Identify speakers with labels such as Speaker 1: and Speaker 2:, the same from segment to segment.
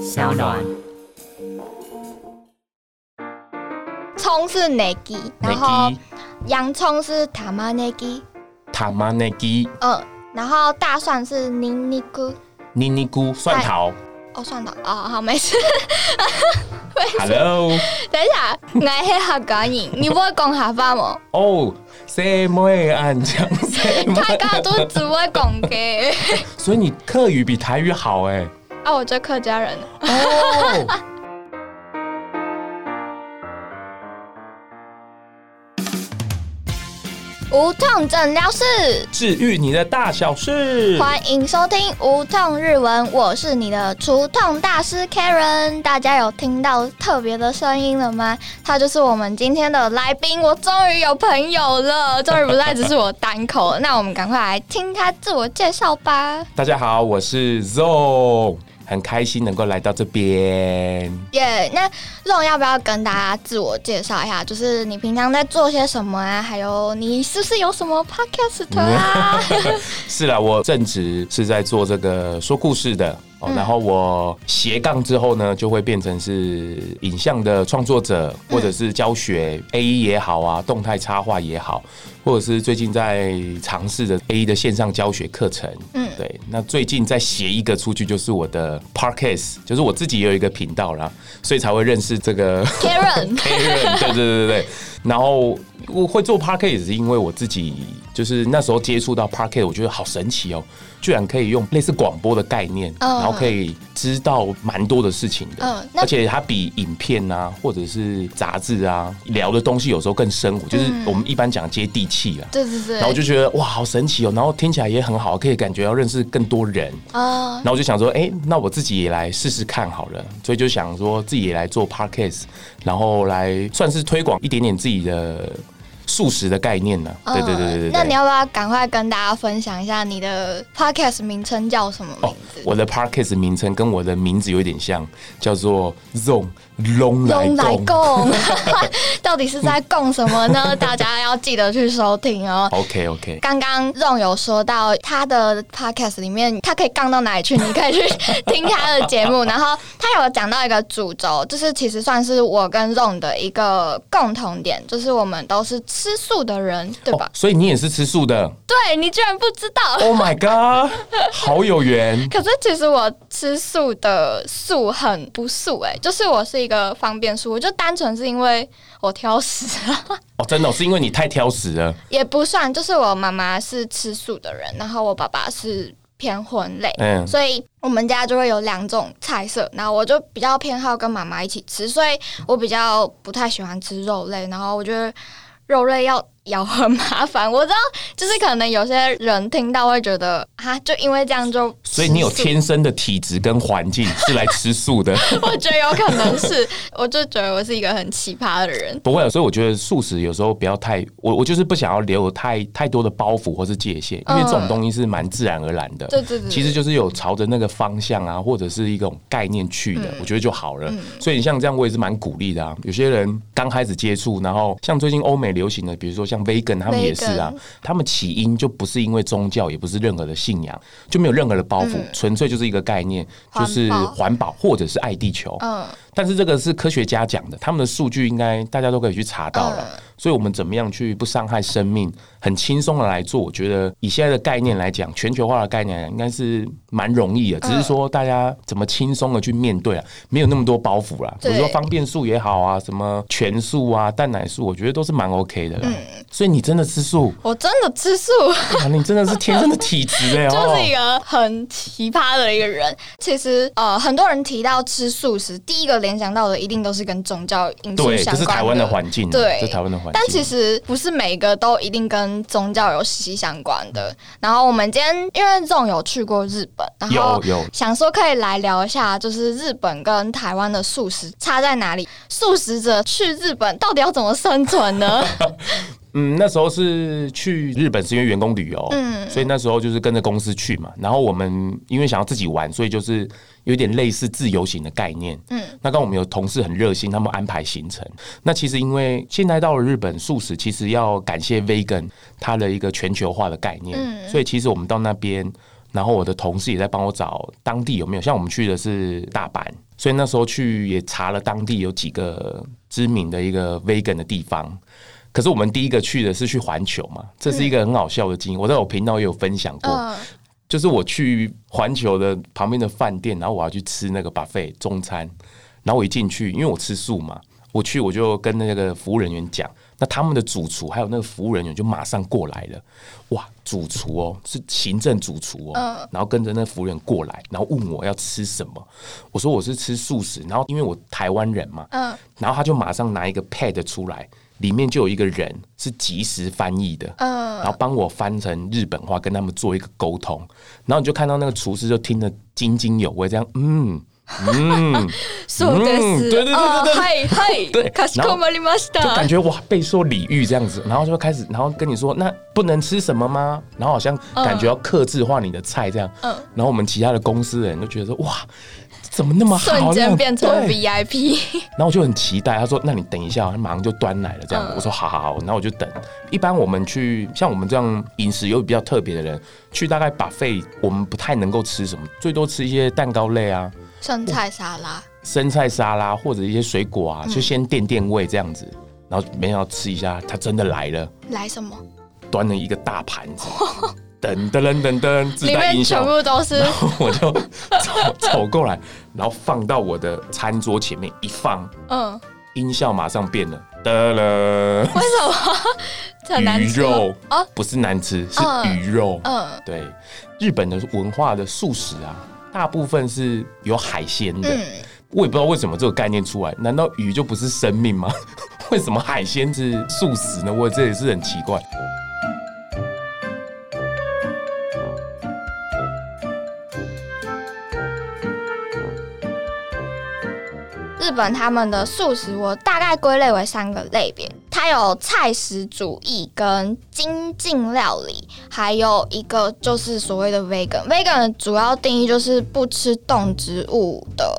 Speaker 1: 小暖。
Speaker 2: 葱是 negi，然后
Speaker 1: Nagi
Speaker 2: 洋葱是 tamanegi，
Speaker 1: 塔玛内基、
Speaker 2: 嗯，然后大蒜是 niniku，
Speaker 1: 妮妮菇、蒜头。
Speaker 2: 哦，算了，哦，好，没事。 哎
Speaker 1: Hello，
Speaker 2: 等一下，我是客家人，你不会讲客家吗？
Speaker 1: 哦，啊什么安 讲什么？
Speaker 2: 客家都只会讲嘅。
Speaker 1: 所以你客语比台语好哎。
Speaker 2: 啊，我就客家人。
Speaker 1: 哦，
Speaker 2: 无痛诊疗室，
Speaker 1: 治愈你的大小事。
Speaker 2: 欢迎收听无痛日文，我是你的除痛大师 Karen。大家有听到特别的声音了吗？他就是我们今天的来宾，我终于有朋友了，终于不再只是我单口了。那我们赶快来听他自我介绍 吧。
Speaker 1: 大家好，我是 Zo，很开心能够来到这边。
Speaker 2: 耶、那肉要不要跟大家自我介绍一下？就是你平常在做些什么啊？还有你是不是有什么 podcast 啊？
Speaker 1: 是啦，我正职是在做这个说故事的。哦，然后我斜杠之后呢，就会变成是影像的创作者，或者是教学 A E 也好啊，动态插画也好，或者是最近在尝试的 A E 的线上教学课程。
Speaker 2: 嗯
Speaker 1: 嗯，对。那最近在写一个出去，就是我的 Parkes，就是我自己也有一个频道啦，所以才会认识这个
Speaker 2: Karen
Speaker 1: Karen，对对对对对。然后我会做 Parket 也是因为我自己就是那时候接触到 Parket，我觉得好神奇哦，居然可以用类似广播的概念，
Speaker 2: 嗯
Speaker 1: 然后可以知道蛮多的事情的。
Speaker 2: 嗯那
Speaker 1: 而且它比影片啊或者是杂志啊聊的东西有时候更生活，就是我们一般讲接地气啊。
Speaker 2: 嗯对对对，
Speaker 1: 然后我就觉得哇，好神奇哦！然后听起来也很好，可以感觉要认识更多人。
Speaker 2: 啊、
Speaker 1: 然后我就想说，哎、那我自己也来试试看好了，所以就想说自己也来做 podcast，然后来算是推广一点点自己的素食的概念呢、对对对对对对。
Speaker 2: 嗯哦那你要不要赶快跟大家分享一下你的 podcast 名称叫什么名
Speaker 1: 哦
Speaker 2: 字？，
Speaker 1: 我的 podcast 名称跟我的名字有一点像，叫做 Zone 龙来
Speaker 2: 用来
Speaker 1: 共。
Speaker 2: 供， 到底是在供什么呢？ 大家要记得去收听哦。
Speaker 1: OK OK，
Speaker 2: 刚刚 Ron 有说到他的 podcast 里面，他可以杠到哪里去？你可以去听他的节目。然后他有讲到一个主轴，就是其实算是我跟 Ron 的一个共同点，就是我们都是吃素的人，对吧？
Speaker 1: 哦所以你也是吃素的
Speaker 2: 对你居然不知道。
Speaker 1: ？Oh my god，好有缘。
Speaker 2: 可是其实我吃素的素很不素哎、就是我是一个方便素，我就单纯是因为我挑食 啊，
Speaker 1: 哦，真的哦、是因为你太挑食了。
Speaker 2: 也不算，就是我妈妈是吃素的人，然后我爸爸是偏荤类，
Speaker 1: 嗯
Speaker 2: 所以我们家就会有两种菜色，然后我就比较偏好跟妈妈一起吃，所以我比较不太喜欢吃肉类，然后我觉得肉类要咬很麻烦，我知道，就是可能有些人听到会觉得啊，就因为这样就吃素，
Speaker 1: 所以你有天生的体质跟环境是来吃素的，
Speaker 2: 我觉得有可能是，我就觉得我是一个很奇葩的人。
Speaker 1: 不会，所以我觉得素食有时候不要太，我我就是不想要留有太太多的包袱或是界限，因为这种东西是蛮自然而然的。
Speaker 2: 嗯对对对，
Speaker 1: 其实就是有朝着那个方向啊，或者是一种概念去
Speaker 2: 嗯
Speaker 1: 的，我觉得就好了。所以像这样，我也是蛮鼓励的啊。有些人刚开始接触，然后像最近欧美流行的，比如说像 vegan，他们也是啊
Speaker 2: Vegan，
Speaker 1: 他们起因就不是因为宗教，也不是任何的信仰，就没有任何的包袱，纯粹就是一个概念，
Speaker 2: 嗯环
Speaker 1: 就
Speaker 2: 保
Speaker 1: 是环保或者是爱地球。
Speaker 2: 嗯，
Speaker 1: 但是这个是科学家讲的，他们的数据应该大家都可以去查到了。
Speaker 2: 嗯
Speaker 1: 所以，我们怎么样去不伤害生命，很轻松的来做？我觉得以现在的概念来讲，全球化的概念来讲应该是蛮容易的，
Speaker 2: 嗯
Speaker 1: 只是说大家怎么轻松的去面对啊，没有那么多包袱啦。比
Speaker 2: 对
Speaker 1: 如说方便素也好啊，什么全素啊、蛋奶素，我觉得都是蛮 OK 的啦。
Speaker 2: 嗯
Speaker 1: 所以你真的吃素
Speaker 2: 我真的吃素，
Speaker 1: 哇，你真的是天生的体质哎、哦。
Speaker 2: 就是一个很奇葩的一个人。其实呃，很多人提到吃素食，第一个联想到的一定都是跟宗教因素
Speaker 1: 对，
Speaker 2: 相
Speaker 1: 这是台
Speaker 2: 关
Speaker 1: 湾的环境啊，
Speaker 2: 对
Speaker 1: 这是台湾的环境。
Speaker 2: 但其实不是每个都一定跟宗教有息息相关的。然后我们今天因为 z o 有去过日本，然后
Speaker 1: 有有
Speaker 2: 想说可以来聊一下，就是日本跟台湾的素食差在哪里？素食者去日本到底要怎么生存呢？
Speaker 1: 嗯，那时候是去日本是因为员工旅游，所以那时候就是跟着公司去嘛。然后我们因为想要自己玩，所以就是有点类似自由行的概念，嗯。那刚好我们有同事很热心，他们安排行程。那其实因为现在到了日本素食，其实要感谢 vegan 它的一个全球化的概念，所以其实我们到那边。然后我的同事也在帮我找当地有没有，像我们去的是大阪，所以那时候去也查了当地有几个知名的一个 vegan 的地方。可是我们第一个去的是去环球嘛，这是一个很好笑的经验，我在我频道也有分享过。
Speaker 2: 嗯，
Speaker 1: 就是我去环球的旁边的饭店，然后我要去吃那个 buffet 中餐，然后我一进去，因为我吃素嘛，我去我就跟那个服务人员讲，那他们的主厨还有那个服务人员就马上过来了，哇，主厨哦，是行政主厨哦，
Speaker 2: 嗯
Speaker 1: 然后跟着那服务人过来，然后问我要吃什么，我说我是吃素食，然后因为我台湾人嘛，
Speaker 2: 嗯
Speaker 1: 然后他就马上拿一个 pad 出来，里面就有一个人是即时翻译的，
Speaker 2: 嗯
Speaker 1: 然后帮我翻成日本话，跟他们做一个沟通。然后你就看到那个厨师就听得津津有味，这样，嗯，
Speaker 3: そうです。
Speaker 1: うん嗯对对对对
Speaker 3: あ
Speaker 1: 对
Speaker 3: はいはい。
Speaker 1: 对
Speaker 3: かしこまりまし
Speaker 1: 就
Speaker 3: た
Speaker 1: 感。觉哇备受礼遇这样子，然后就开始，然后跟你说那不能吃什么吗？然后好像感觉要克制化你的菜这样，
Speaker 3: 嗯
Speaker 1: 然后我们其他的公司的人就觉得说哇。怎么那么好？
Speaker 3: 瞬间变成
Speaker 1: 这样
Speaker 3: 了
Speaker 1: 对
Speaker 3: VIP。
Speaker 1: 然后我就很期待，他说：“那你等一下，他马上就端来了。”这样，
Speaker 3: 嗯
Speaker 1: 我说：“好好好。”然后我就等。一般我们去像我们这样饮食又比较特别的人，去大概把费我们不太能够吃什么，最多吃一些蛋糕类啊、
Speaker 2: 生菜沙拉，
Speaker 1: 生菜沙拉或者一些水果
Speaker 2: 嗯
Speaker 1: 啊，就先垫垫胃这样子。然后没想到吃一下，他真的来了，
Speaker 2: 来什么？
Speaker 1: 端了一个大盘 子，噔噔噔噔噔，自
Speaker 2: 里
Speaker 1: 带音
Speaker 2: 面全
Speaker 1: 效。
Speaker 2: 部都是
Speaker 1: 然后 我就走走过来，然后放到我的餐桌前面一放，
Speaker 3: 嗯，
Speaker 1: 音效马上变了，得了，
Speaker 3: 为什 么？这很难
Speaker 1: 鱼
Speaker 3: 吃吗。
Speaker 1: 肉
Speaker 3: 啊
Speaker 1: 不是难吃，是
Speaker 2: 哦嗯
Speaker 1: 鱼肉。
Speaker 2: 嗯
Speaker 1: 对，日本的文化的素食啊，大部分是有海鲜的。
Speaker 2: 嗯，
Speaker 1: 我也不知道为什么这个概念出来，难道鱼就不是生命吗？ 为什么海鲜是素食呢？我这也是很奇怪。
Speaker 2: 日本他们的素食我大概归类为三个类别，它有菜食主义跟精进料理，还有一个就是所谓的 vegan。vegan 的主要定义就是不吃动植物的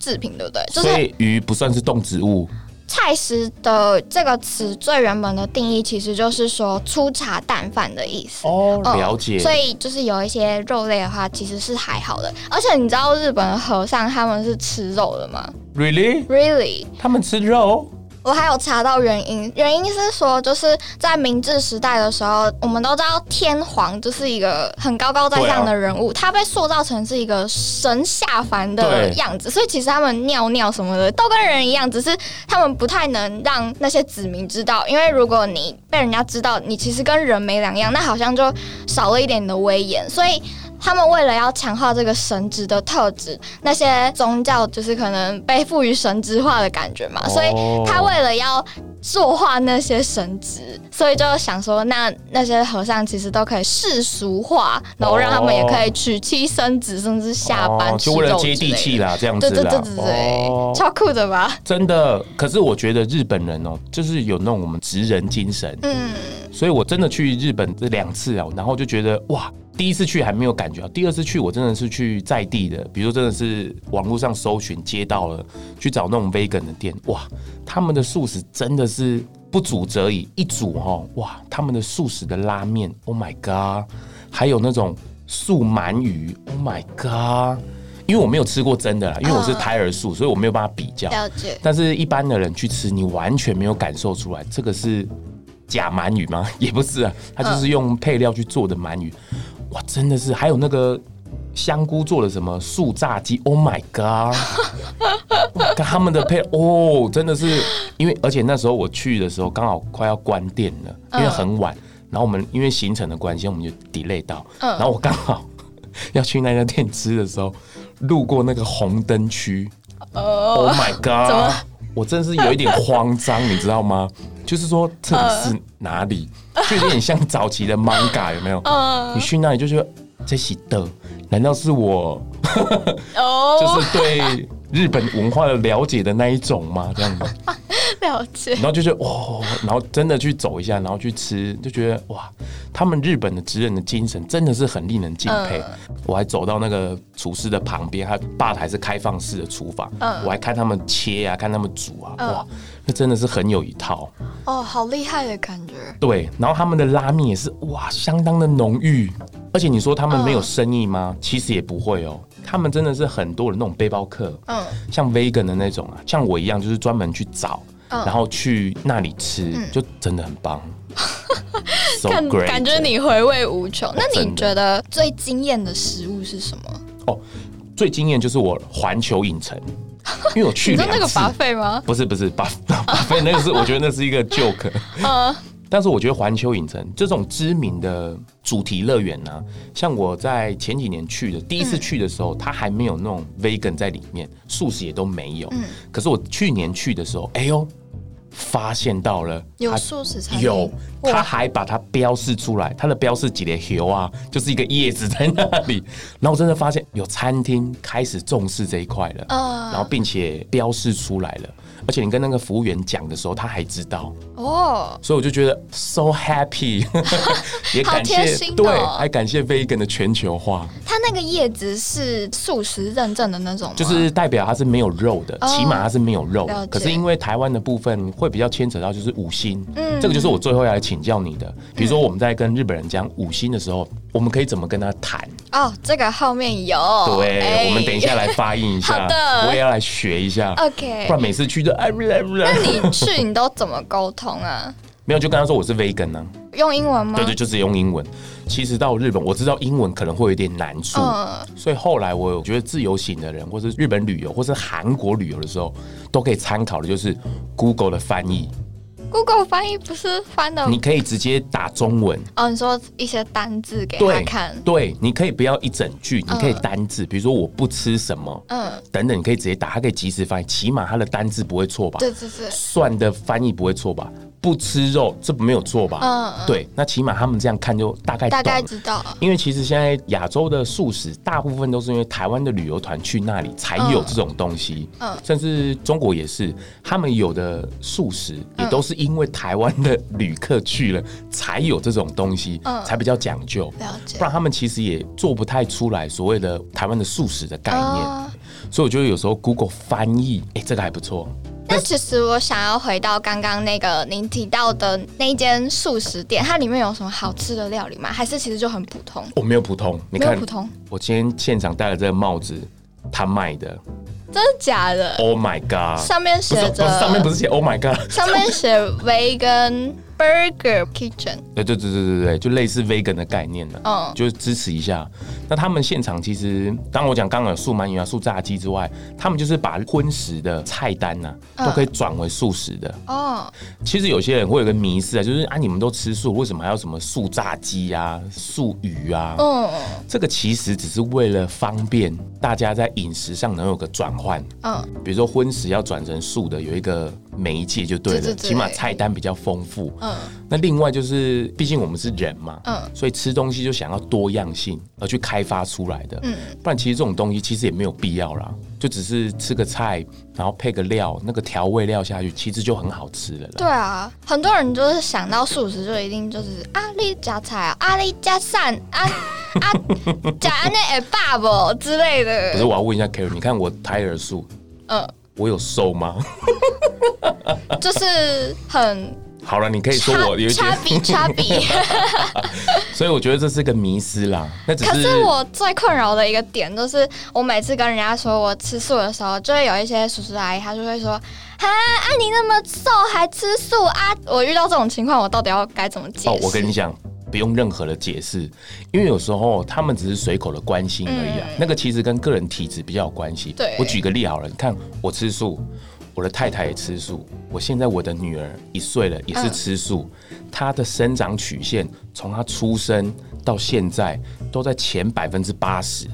Speaker 2: 制品，对不对？就是
Speaker 1: 所以鱼不算是动植物，
Speaker 2: 菜食的这个词最原本的定义其实就是说粗茶淡饭的意思。
Speaker 1: 哦
Speaker 2: 嗯
Speaker 1: 了解。
Speaker 2: 所以就是有一些肉类的话，其实是还好的。而且你知道日本的和尚他们是吃肉的吗
Speaker 1: really，
Speaker 2: ？Really？
Speaker 1: 他们吃肉？
Speaker 2: 我还有查到原因，原因是说就是在明治时代的时候，我们都知道天皇就是一个很高高在上的人物，他被塑造成是一个神下凡的
Speaker 1: 对
Speaker 2: 样子，所以其实他们尿尿什么的都跟人一样，只是他们不太能让那些子民知道，因为如果你被人家知道你其实跟人没两样，那好像就少了一点你的威严，所以。他们为了要强化这个神职的特质，那些宗教就是可能被赋予神职化的感觉嘛，所以
Speaker 1: 哦
Speaker 2: 他为了要作画那些神职，所以就想说那，那些和尚其实都可以世俗化，然后让他们也可以娶妻生子，甚至下班、
Speaker 1: 哦
Speaker 2: 吃
Speaker 1: 就为了
Speaker 2: 肉
Speaker 1: 接
Speaker 2: 之
Speaker 1: 地
Speaker 2: 类
Speaker 1: 气
Speaker 2: 的。
Speaker 1: 啦，这样子
Speaker 2: 对
Speaker 1: 啦。
Speaker 2: 对对对对，
Speaker 1: 哦
Speaker 2: 超酷的吧？
Speaker 1: 真的，可是我觉得日本人哦，就是有那种我们职人精神，
Speaker 2: 嗯，
Speaker 1: 所以我真的去日本这两次啊，然后就觉得哇，第一次去还没有感觉到，啊第二次去我真的是去在地的，比如说真的是网络上搜寻街道了，去找那种 vegan 的店，哇，他们的素食真的是不煮则已，一煮哦，哇，他们的素食的拉面，Oh my god，还有那种素鳗鱼，Oh my god。因为我没有吃过真的啦，因为我是胎儿素，所以我没有办法比较。
Speaker 2: 了解。
Speaker 1: 但是一般的人去吃，你完全没有感受出来，这个是假鳗鱼吗？ 也不是啊，它就是用配料去做的鳗鱼。哇，真的是，还有那个香菇做的什么素炸鸡，Oh my god！哇看他们的配哦，真的是，因为而且那时候我去的时候刚好快要关店了，因为很晚。然后我们因为行程的关系，我们就 delay 到。然后我刚好 要去那家店吃的时候，路过那个红灯区。Oh my
Speaker 3: 哦怎
Speaker 1: god！
Speaker 3: 么
Speaker 1: 我真是有一点慌张，你知道吗？ 就是说这里是哪 里，就有点像早期的 manga 有没有？
Speaker 3: 哦
Speaker 2: 嗯
Speaker 1: 你去那里就觉得这是哎的，难道是我就
Speaker 3: 哦，
Speaker 1: 是对日本文化的了解的那一种吗？这样子，
Speaker 3: 了解。
Speaker 1: 然后就觉得哦，然后真的去走一下，然后去吃，就觉得哇，他们日本的职人的精神真的是很令人敬佩。我还走到那个厨师的旁边，他吧台是开放式的厨房，我还看他们切啊，看他们煮啊，哇，那真的是很有一套。
Speaker 3: 哦，好厉害的感觉。
Speaker 1: 对，然后他们的拉面也是哇，相当的浓郁，而且你说他们没有
Speaker 4: 嗯
Speaker 1: 生意吗？其实也不会哦，
Speaker 2: 嗯
Speaker 1: 他们真的是很多的那种背包客，
Speaker 4: 嗯
Speaker 1: 像 vegan 的那种啊，像我一样，就是专门去找，
Speaker 4: 嗯
Speaker 1: 然后去那里吃，
Speaker 4: 嗯
Speaker 1: 就真的很 棒。so
Speaker 2: 看
Speaker 1: great，
Speaker 2: 感觉你回味无穷。那
Speaker 1: 真
Speaker 2: 你
Speaker 1: 的
Speaker 2: 觉得最惊艳的食物是什么？
Speaker 1: 最惊艳就是我环球影城，因为我去
Speaker 2: 你知道
Speaker 1: 两
Speaker 2: 那个
Speaker 1: 次。
Speaker 2: 巴费吗？
Speaker 1: 不是不是，巴 巴菲那个是我觉得那是一个 joke，
Speaker 2: 嗯，
Speaker 1: 但是我觉得环球影城这种知名的主题乐园呢，像我在前几年去的，第一次去的时候，它还没有那种 vegan 在里面，素食也都没有。
Speaker 2: 嗯
Speaker 1: 可是我去年去的时候，哎呦，发现到了
Speaker 2: 有
Speaker 1: 它
Speaker 2: 素食餐
Speaker 1: 有，
Speaker 2: 哇
Speaker 1: 它还把它标示出来，它的标示几列油啊，就是一个叶子在那里。 然后我真的发现有餐厅开始重视这一块了，
Speaker 2: 嗯
Speaker 1: 然后并且标示出来了，而且你跟那个服务员讲的时候，他还知道。
Speaker 2: 哦，
Speaker 1: 所以我就觉得 so happy，也
Speaker 2: 好
Speaker 1: 感
Speaker 2: 贴
Speaker 1: 谢、
Speaker 2: 心哦
Speaker 1: 对，还感谢 vegan 的全球化，
Speaker 2: 它那个叶子是素食认证的那种吗，
Speaker 1: 就是代表它是没有肉的，
Speaker 2: 哦
Speaker 1: 起码它是没有肉
Speaker 2: 了
Speaker 1: 的。可
Speaker 2: 解
Speaker 1: 是因为台湾的部分会比较牵扯到就是五星，
Speaker 2: 嗯
Speaker 1: 这个就是我最后要来请教你的。比如说我们在跟日本人讲五星的时候，我们可以怎么跟他谈？
Speaker 2: 哦，这个后面有。
Speaker 1: 对，
Speaker 2: 哎
Speaker 1: 我们等一下来发音一下
Speaker 2: 好的，
Speaker 1: 我也要来学一下。
Speaker 2: OK
Speaker 1: 不然每次去就哎不然不然
Speaker 2: 那你去你都怎么沟通啊？
Speaker 1: 没有就跟他说我是 vegan 呢、
Speaker 2: 用英文吗？
Speaker 1: 对对，就只用英文。其实到日本，我知道英文可能会有点难处，
Speaker 2: 嗯
Speaker 1: 所以后来我觉得自由行的人，或是日本旅游，或是韩国旅游的时候，都可以参考的就是 Google 的翻译，
Speaker 2: ，Google 翻译不是翻的
Speaker 1: 你可以直接打中文。
Speaker 2: 哦，你说一些单字给他
Speaker 1: 对
Speaker 2: 看，，
Speaker 1: 对，你可以不要一整句，你可以
Speaker 2: 嗯
Speaker 1: 单字，比如说我不吃什么
Speaker 2: 嗯，
Speaker 1: 等等，你可以直接打，它可以及时翻译，起码它的单字不会错吧？
Speaker 2: 对对对，
Speaker 1: 算的翻译不会错吧？不吃肉，这没有错吧？
Speaker 2: 嗯嗯
Speaker 1: 对，那起码他们这样看就大概
Speaker 2: 大
Speaker 1: 懂
Speaker 2: 概
Speaker 1: 了。
Speaker 2: 知道。
Speaker 1: 因为其实现在亚洲的素食大部分都是因为台湾的旅游团去那里才有这种东西，嗯
Speaker 2: 嗯嗯，
Speaker 1: 甚至中国也是，他们有的素食也
Speaker 2: 嗯
Speaker 1: 都是因为台湾的旅客去了才有这种东西，
Speaker 2: 嗯
Speaker 1: 才比较讲究。
Speaker 2: 了解
Speaker 1: 不然他们其实也做不太出来所谓的台湾的素食的概念，
Speaker 2: 哦
Speaker 1: 所以我觉得有时候 Google 翻译，哎、这个还不错。
Speaker 2: 那其实我想要回到刚刚那个您提到的那一间素食店，它里面有什么好吃的料理吗？还是其实就很普通？
Speaker 1: 哦我、没有普通，你
Speaker 2: 没有
Speaker 1: 看
Speaker 2: 普，通，
Speaker 1: 我今天现场戴了这个帽子，他卖的
Speaker 2: 真的假的？
Speaker 1: ，Oh my God！
Speaker 2: 上面
Speaker 1: 不是
Speaker 2: 写
Speaker 1: 不是上面不
Speaker 2: 着，
Speaker 1: 是写 Oh my God，
Speaker 2: 上面写 vegan burger kitchen，
Speaker 1: 对对对对对对，就类似 vegan 的概念呢、
Speaker 2: 嗯
Speaker 1: 就是支持一下。那他们现场其实，当然我讲刚刚有素鳗鱼啊、素炸鸡之外，他们就是把荤食的菜单呐、
Speaker 2: 嗯
Speaker 1: 都可以转为素食的。
Speaker 2: 哦，
Speaker 1: 其实有些人会有个迷思啊，就是啊，你们都吃素，为什么还有什么素炸鸡啊、素鱼啊？
Speaker 2: 嗯
Speaker 1: 这个其实只是为了方便大家在饮食上能有个转换。
Speaker 2: 嗯，
Speaker 1: 比如说荤食要转成素的，有一个媒介就对了，
Speaker 2: 对对对
Speaker 1: 起码菜单比较丰富。
Speaker 2: 嗯
Speaker 1: 嗯，那另外就是，毕竟我们是人嘛，
Speaker 2: 嗯
Speaker 1: 嗯，所以吃东西就想要多样性而去开发出来的。嗯，不然其实这种东西其实也没有必要啦，就只是吃个菜，然后配个料，那个调味料下去，其实就很好吃了啦。
Speaker 2: 对啊，很多人就是想到素食就一定就是阿里加菜啊，阿里加善啊啊， 加那也爸爸之类
Speaker 1: 可是
Speaker 2: 的，
Speaker 1: 我要问一下 Karen，你看我胎儿素，
Speaker 2: 嗯，
Speaker 1: 我有瘦吗？
Speaker 2: 就是很
Speaker 1: 好了，你可以说
Speaker 2: 差
Speaker 1: 我有一些，
Speaker 2: 差比差比。
Speaker 1: 所以我觉得这是个迷思啦。那只
Speaker 2: 可
Speaker 1: 是
Speaker 2: 是我最困扰的一个点就是，我每次跟人家说我吃素的时候，就会有一些叔叔阿姨，他就会说：“哈，啊你那么瘦还吃素啊？”我遇到这种情况，我到底要该怎么解释？
Speaker 1: 哦，我 跟你讲，不用任何的解释，因为有时候他们只是随口的关心而已啊。那个其实跟个人体质比较有关系。
Speaker 2: 嗯对
Speaker 1: 我举个例好了，你看我吃素，我的太太也吃素，我现在我的女儿一岁了也是吃素，
Speaker 2: 嗯
Speaker 1: 她的生长曲线从她出生到现在都在前百分之八十。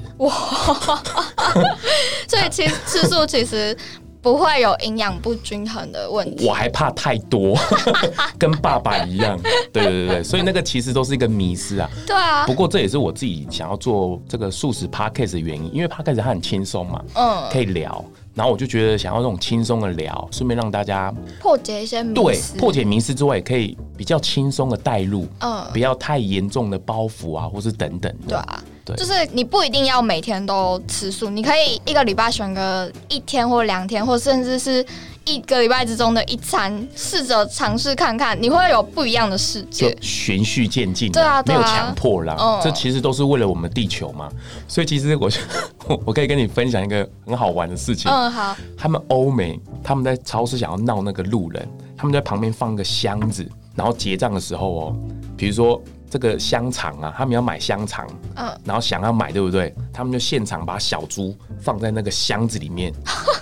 Speaker 2: 所以其实吃素其实不会有营养不均衡的问题。
Speaker 1: 我还怕太多， 跟爸爸一样。对对对对，所以那个其实都是一个迷失啊。
Speaker 2: 对啊
Speaker 1: 不，过这也是我自己想要做这个素食 podcast 的原因，因为 podcast 它很轻松嘛，
Speaker 2: 嗯，
Speaker 1: 可以聊。然后我就觉得想要那种轻松的聊，顺便让大家
Speaker 2: 破解一些迷
Speaker 1: 对
Speaker 2: 思
Speaker 1: 破解迷思之外，也可以比较轻松的带入，
Speaker 2: 嗯
Speaker 1: 不要太严重的包袱啊，或是等等
Speaker 2: 对
Speaker 1: 的。
Speaker 2: 啊。
Speaker 1: 对
Speaker 2: 就是你不一定要每天都吃素，你可以一个礼拜选个一天或两天，或甚至是一个礼拜之中的一餐，试着尝试看看，你会有不一样的世
Speaker 1: 就
Speaker 2: 界。
Speaker 1: 循序渐进啦，
Speaker 2: 对啊
Speaker 1: 没
Speaker 2: 对啊
Speaker 1: 有强迫啦、
Speaker 2: 嗯
Speaker 1: 这其实都是为了我们地球嘛。所以其实我 我我可以跟你分享一个很好玩的事情，
Speaker 2: 嗯，好，
Speaker 1: 他们欧美他们在超市想要闹那个路人，他们在旁边放个箱子，然后结账的时候哦，比如说这个香肠啊，他们要买香肠，
Speaker 2: 嗯，
Speaker 1: 然后想要买对不对？他们就现场把小猪放在那个箱子里 面，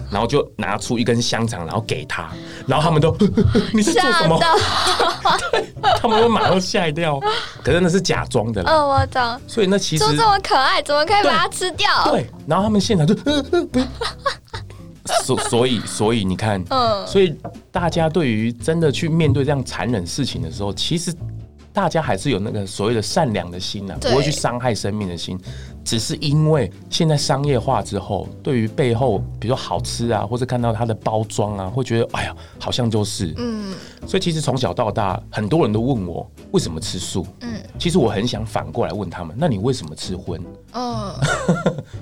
Speaker 1: 然后就拿出一根香肠，然后给他，然后他们 都你是做什
Speaker 2: 吓
Speaker 1: 么？
Speaker 2: 到，
Speaker 1: 他们都马上吓一跳，可是那是假装的啦，
Speaker 2: 嗯，我懂。
Speaker 1: 所以那其实
Speaker 2: 猪这么可爱，怎么可以
Speaker 1: 对
Speaker 2: 把它吃掉？
Speaker 1: 对，然后他们现场就呃呃不要，所所以所以你看，
Speaker 2: 嗯，
Speaker 1: 所以大家对于真的去面对这样残忍事情的时候，其实大家还是有那个所谓的善良的心呐、
Speaker 2: 对
Speaker 1: 不会去伤害生命的心。只是因为现在商业化之后，对于背后比如说好吃啊，或者看到它的包装啊，会觉得哎呀，好像就是。
Speaker 2: 嗯
Speaker 1: 所以其实从小到大，很多人都问我为什么吃素。
Speaker 2: 嗯
Speaker 1: 其实我很想反过来问他们，那你为什么吃荤？
Speaker 2: 嗯，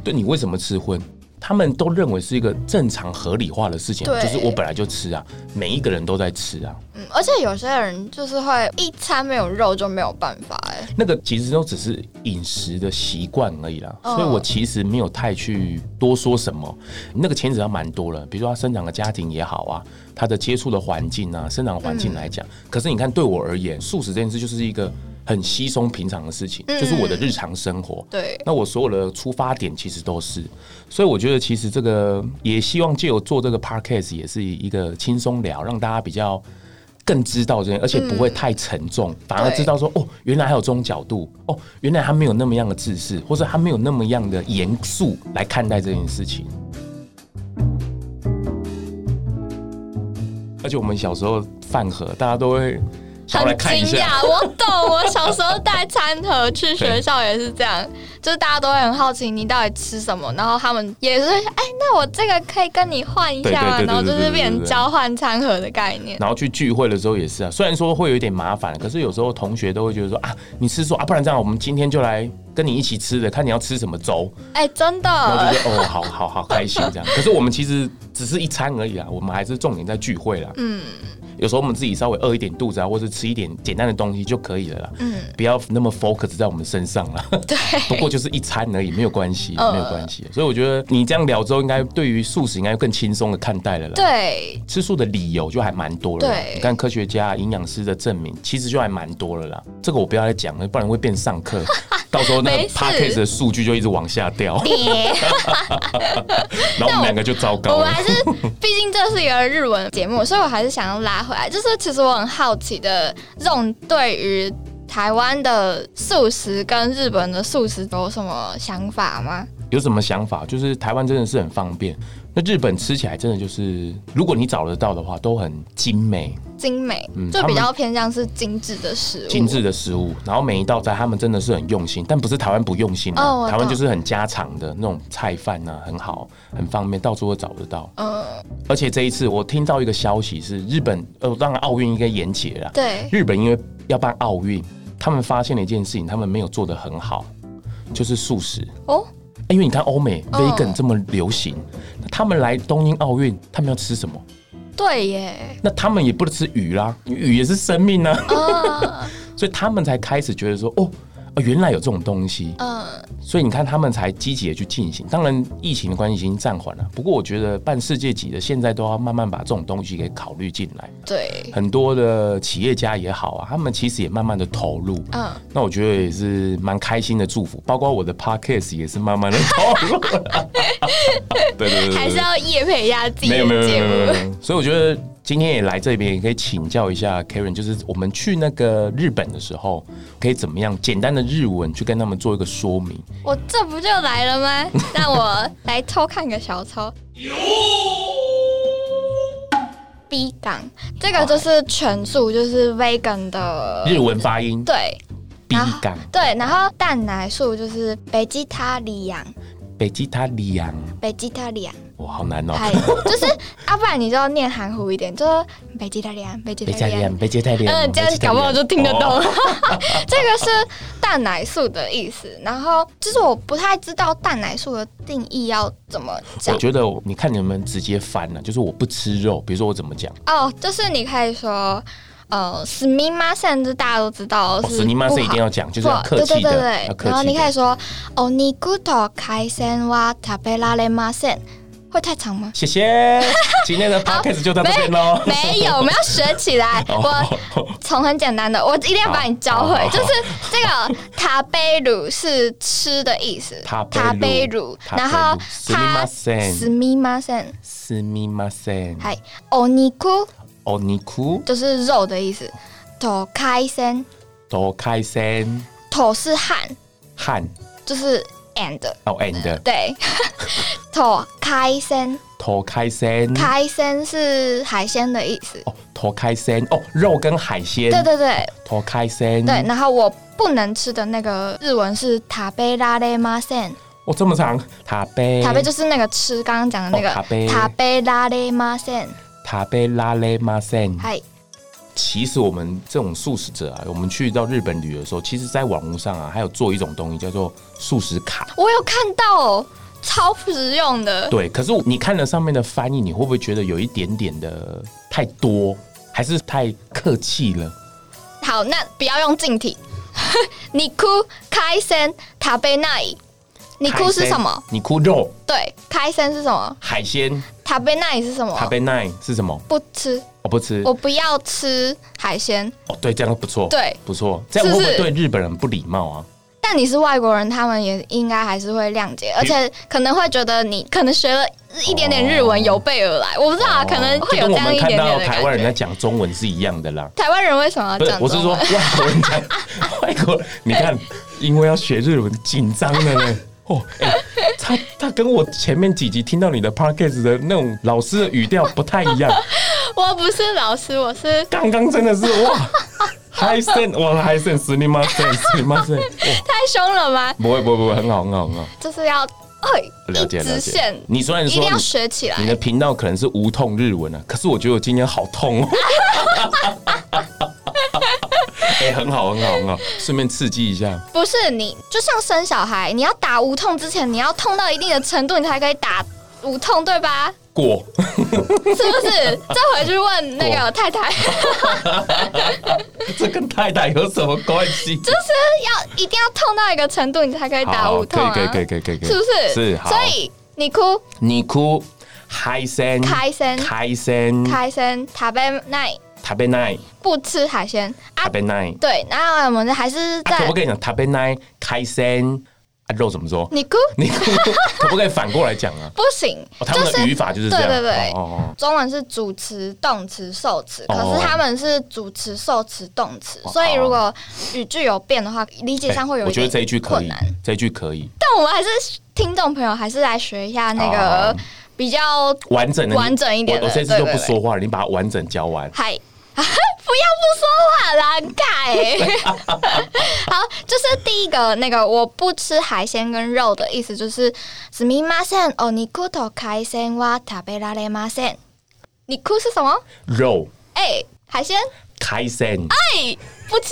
Speaker 1: 对你为什么吃荤？他们都认为是一个正常合理化的事情，啊
Speaker 2: 对
Speaker 1: 就是我本来就吃啊，每一个人都在吃啊。
Speaker 2: 嗯，而且有些人就是会一餐没有肉就没有办法哎、
Speaker 1: 那个其实都只是饮食的习惯而已啦，
Speaker 2: 嗯
Speaker 1: 所以我其实没有太去多说什么。那个牵扯到蛮多了，比如说他生长的家庭也好啊，他的接触的环境啊，生长环
Speaker 2: 嗯
Speaker 1: 境来讲。可是你看，对我而言，素食这件事就是一个很稀松平常的事情，
Speaker 2: 嗯
Speaker 1: 就是我的日常生活。
Speaker 2: 对，
Speaker 1: 那我所有的出发点其实都是，所以我觉得其实这个也希望借由做这个 podcast 也是一个轻松聊，让大家比较更知道这些，而且不会太沉重，反而
Speaker 2: 嗯对
Speaker 1: 知道说哦，原来还有这种角度，哦，原来他没有那么样的自视，或者他没有那么样的严肃来看待这件事情。而且我们小时候饭盒，大家都会想要来
Speaker 2: 很
Speaker 1: 看一
Speaker 2: 惊
Speaker 1: 下，
Speaker 2: 讶，我懂。我小时候带餐盒去学校也是这样，就是大家都会很好奇你到底吃什么，然后他们也是哎、那我这个可以跟你换一下吗？
Speaker 1: 对对对对
Speaker 2: 然后就
Speaker 1: 对对
Speaker 2: 是
Speaker 1: 对
Speaker 2: 变成
Speaker 1: 对
Speaker 2: 交换餐盒的概念。
Speaker 1: 然后去聚会的时候也是啊，虽然说会有一点麻烦，可是有时候同学都会觉得说啊，你吃素啊，不然这样，我们今天就来跟你一起吃的，看你要吃什么粥，
Speaker 2: 哎、真
Speaker 1: 然后
Speaker 2: 的
Speaker 1: 就，觉得哦，好好好开心这样。可是我们其实只是一餐而已啊，我们还是重点在聚会啦。
Speaker 2: 嗯
Speaker 1: 有时候我们自己稍微饿一点肚子啊，或是吃一点简单的东西就可以了啦，
Speaker 2: 嗯，
Speaker 1: 不要那么 focus 在我们身上啦。
Speaker 2: 对，
Speaker 1: 不过就是一餐而已，没有关系，
Speaker 2: 嗯
Speaker 1: 没有关系。所以我觉得你这样聊之后，应该对于素食应该更轻松的看待了啦。
Speaker 2: 对，
Speaker 1: 吃素的理由就还蛮多了啦。
Speaker 2: 对
Speaker 1: 你看科学家、营养师的证明，其实就还蛮多了啦。这个我不要再讲了，不然会变上 课，到时候那
Speaker 2: 没
Speaker 1: 个
Speaker 2: 事
Speaker 1: podcast 的数据就一直往下 掉，然后我们两个就糟糕
Speaker 2: 我
Speaker 1: 了
Speaker 2: 们。还是，毕竟这是一个日文节目，所以我还是想要拉回来。就是其实我很好奇的，这种对于台湾的素食跟日本的素食有什么想法吗？
Speaker 1: 有什么想法？就是台湾真的是很方便，那日本吃起来真的就是，如果你找得到的话，都很精美、
Speaker 2: 精美，
Speaker 1: 嗯
Speaker 2: 就比较偏向是精致的食物。
Speaker 1: 精致的食物。然后每一道菜他们真的是很用心，但不是台湾不用心、啊，
Speaker 2: 哦我懂
Speaker 1: 台湾就是很家常的那种菜饭啊，很好，很方便，到处都找得到。
Speaker 2: 嗯，
Speaker 1: 而且这一次我听到一个消息是，日本呃，当然奥运应该延期了啦。
Speaker 2: 对，
Speaker 1: 日本因为要办奥运，他们发现了一件事情，他们没有做得很好，就是素食。
Speaker 2: 哦，
Speaker 1: 因为你看欧美
Speaker 2: 嗯
Speaker 1: vegan 这么流行，那他们来东京奥运，他们要吃什么？
Speaker 2: 对 耶，
Speaker 1: 那他们也不能吃鱼啦，鱼也是生命啊，
Speaker 2: 嗯
Speaker 1: 所以他们才开始觉得说，哦，呃原来有这种东西。
Speaker 2: 嗯，
Speaker 1: 所以你看，他们才积极的去进行。当然，疫情的关系已经暂缓了。不过，我觉得办世界级的，现在都要慢慢把这种东西给考虑进来。
Speaker 2: 嗯对，
Speaker 1: 很多的企业家也好啊，他们其实也慢慢的投入。
Speaker 2: 嗯，
Speaker 1: 那我觉得也是蛮开心的祝福，包括我的 podcast 也是慢慢的投入。对对对对对
Speaker 2: 还是要夜配一下自己
Speaker 1: 没
Speaker 2: 的
Speaker 1: 有没有没
Speaker 2: 节
Speaker 1: 有没有
Speaker 2: 目。
Speaker 1: 没有，所以我觉得今天也来这边，也可以请教一下 Karen，就是我们去那个日本的时候，可以怎么样简单的日文去跟他们做一个说明。
Speaker 2: 我这不就来了 吗？让我来偷看个小抄。B 港，这个就是全素，就是 vegan 的，
Speaker 1: 日文发音
Speaker 2: 呃对啊
Speaker 1: B
Speaker 2: 然后
Speaker 1: 港
Speaker 2: 对，然后蛋奶素就是 vegetarian。
Speaker 1: 北吉塔里昂，
Speaker 2: vegetarian，
Speaker 1: 哇，好难哦。
Speaker 2: 嗨，就是啊，不然你就念含糊一点，就是北极太凉，北极
Speaker 1: 别
Speaker 2: 太
Speaker 1: 再
Speaker 2: 凉
Speaker 1: 练，。别接太练。
Speaker 2: 嗯，这样
Speaker 1: 别接太
Speaker 2: 搞不好
Speaker 1: 练
Speaker 2: 就听得懂。
Speaker 1: 哦
Speaker 2: 这个是蛋奶素的意思，然后就是我不太知道蛋奶素的定义要怎么讲
Speaker 1: 我觉得你看你们直接翻了、就是我不吃肉，比如说我怎么讲，
Speaker 2: 哦，就是你可以说呃，死密马甚至大家都知道
Speaker 1: 哦，
Speaker 2: 是
Speaker 1: 死你妈
Speaker 2: 不
Speaker 1: 是一
Speaker 2: 好
Speaker 1: 定要讲，就是要
Speaker 2: 做
Speaker 1: 客气
Speaker 2: 对对对
Speaker 1: 的，要
Speaker 2: 对
Speaker 1: 客
Speaker 2: 然后
Speaker 1: 气
Speaker 2: 你
Speaker 1: 的？
Speaker 2: 可以。说哦，你骨头开心哇，塔贝拉雷马森，会太长吗
Speaker 1: 谢谢，今天 的 podcast 就到这边喽。
Speaker 2: 没 有，我们要学起来。我从很简单的，我一定要把你教
Speaker 1: 好好
Speaker 2: 会
Speaker 1: 好。
Speaker 2: 就是这个塔贝鲁是吃的意思，
Speaker 1: 塔贝鲁
Speaker 2: 鲁，
Speaker 1: 塔贝
Speaker 2: 然
Speaker 1: 鲁
Speaker 2: 后
Speaker 1: すみ
Speaker 2: 它
Speaker 1: ません
Speaker 2: 斯密马森，
Speaker 1: すみません。
Speaker 2: 还哦尼库
Speaker 1: お肉
Speaker 2: 就是肉的意思，头开森
Speaker 1: 多开心，
Speaker 2: 头是汗，
Speaker 1: 汗
Speaker 2: 就是 and
Speaker 1: 哦 and
Speaker 2: 对， 头开森。
Speaker 1: 多开心，
Speaker 2: 开森是海鲜的意思。
Speaker 1: 哦多开心哦肉跟海鲜，
Speaker 2: 对对对
Speaker 1: 多开心，
Speaker 2: 对，然后我不能吃的那个日文是塔贝拉雷马森，
Speaker 1: 哦这么长，塔贝
Speaker 2: 塔贝就是那个吃刚刚讲的那
Speaker 1: 哦
Speaker 2: 个
Speaker 1: 塔贝
Speaker 2: 塔贝拉雷马森，
Speaker 1: 塔贝拉雷马森。
Speaker 2: 嗨，
Speaker 1: 其实我们这种素食者啊，我们去到日本旅游的时候，其实在网络上啊，还有做一种东西叫做素食卡。
Speaker 2: 我有看到哦，超实用的。
Speaker 1: 对，可是你看了上面的翻译，你会不会觉得有一点点的太多，还是太客气了？
Speaker 2: 好，那不要用近体， 你哭开森塔贝奈，你哭是什么？？
Speaker 1: 你哭肉、
Speaker 2: 对，开森是什么？
Speaker 1: 海鲜、
Speaker 2: 塔贝奈是什
Speaker 1: 塔
Speaker 2: 么？
Speaker 1: 贝奈是什么？
Speaker 2: 不吃，
Speaker 1: 我不吃。
Speaker 2: 我不要吃海鲜。
Speaker 1: 哦，对，这样不错，
Speaker 2: 对，
Speaker 1: 不错。这样会不会
Speaker 2: 是不
Speaker 1: 对日本人不礼貌啊？
Speaker 2: 但你是外国人，他们也应该还是会谅
Speaker 1: 嗯
Speaker 2: 解，而且可能会觉得你可能学了一点点日文有备而来，我不知道啊，
Speaker 1: 哦
Speaker 2: 可能会
Speaker 1: 就
Speaker 2: 有这
Speaker 1: 跟我
Speaker 2: 样
Speaker 1: 们
Speaker 2: 一
Speaker 1: 看
Speaker 2: 点
Speaker 1: 到
Speaker 2: 点的感
Speaker 1: 台湾人
Speaker 2: 觉。
Speaker 1: 在讲中文是一样的啦。
Speaker 2: 台湾人为什么要
Speaker 1: 不是
Speaker 2: 讲，
Speaker 1: 我是
Speaker 2: 中
Speaker 1: 说
Speaker 2: 文
Speaker 1: 外国人讲外国人，你看，因为要学日文，紧张了呢。哦，哎他他跟我前面几集听到你的 podcast 的那种老师的语调不太一 样。
Speaker 2: 我不是老师，我是
Speaker 1: 刚刚真的是哇，嗨森哇嗨森，死你妈森，死你妈森！哇，
Speaker 2: 太凶了吗？
Speaker 1: 不会不会不会，很好很好很好，
Speaker 2: 就是要哎，
Speaker 1: 了
Speaker 2: 一
Speaker 1: 解
Speaker 2: 直
Speaker 1: 了
Speaker 2: 线
Speaker 1: 解。，你虽然
Speaker 2: 一
Speaker 1: 说
Speaker 2: 定要
Speaker 1: 你
Speaker 2: 学起来
Speaker 1: 你。的频道可能是无痛日文啊，可是我觉得我今天好 痛哦。哎、很好很好很好，顺便刺激一下。
Speaker 2: 不是你，就像生小孩，你要打无痛之前，你要痛到一定的程度，你才可以打无痛，对吧？
Speaker 1: 过，
Speaker 2: 是不是？这回去问那个太太。
Speaker 1: 哦这跟太太有什么关系？
Speaker 2: 就是要一定要痛到一个程度，你才可以打无痛啊，
Speaker 1: 可以可以可以可以可以，
Speaker 2: 是不是？
Speaker 1: 是好。
Speaker 2: 所以你哭
Speaker 1: 你哭，嗨森，
Speaker 2: 开心
Speaker 1: 开森，
Speaker 2: 开心，塔贝奈
Speaker 1: 塔贝奈，
Speaker 2: 不吃海鲜啊
Speaker 1: 塔，贝奈。
Speaker 2: 对，那我们还是
Speaker 1: 啊，
Speaker 2: 在、
Speaker 1: 可不可以讲塔贝奈开森？啊，肉怎么说？
Speaker 2: 你哭
Speaker 1: 你哭，可不可以反过来讲啊？
Speaker 2: 不行，
Speaker 1: 哦，他们的语法就是这样。
Speaker 2: 对对对
Speaker 1: 哦哦
Speaker 2: 中文是主词、动词、受词，
Speaker 1: 哦
Speaker 2: 可是他们是主词、受词、动词，
Speaker 1: 哦
Speaker 2: 所以如果语句有变的话，理解
Speaker 1: 哎
Speaker 2: 上会有
Speaker 1: 我
Speaker 2: 一
Speaker 1: 觉得这一句
Speaker 2: 点
Speaker 1: 可
Speaker 2: 困
Speaker 1: 以
Speaker 2: 难。，
Speaker 1: 这一句可以
Speaker 2: 但我们还是听众朋友还是来学一下那
Speaker 1: 好好
Speaker 2: 个比较
Speaker 1: 完整的
Speaker 2: 完整一点
Speaker 1: 我
Speaker 2: 的
Speaker 1: 我这次就
Speaker 2: 对
Speaker 1: 不
Speaker 2: 对对
Speaker 1: 说话了，你把它完整教完。
Speaker 2: 嗨， 不要不说话啦，很尬欸 好，就是第一个那个我不吃海鲜跟肉的意思就是，哦すみません、お肉と海鮮は食べられません。你哭是什么？
Speaker 1: 肉
Speaker 2: 哎、海鲜
Speaker 1: 开森，
Speaker 2: 哎不吃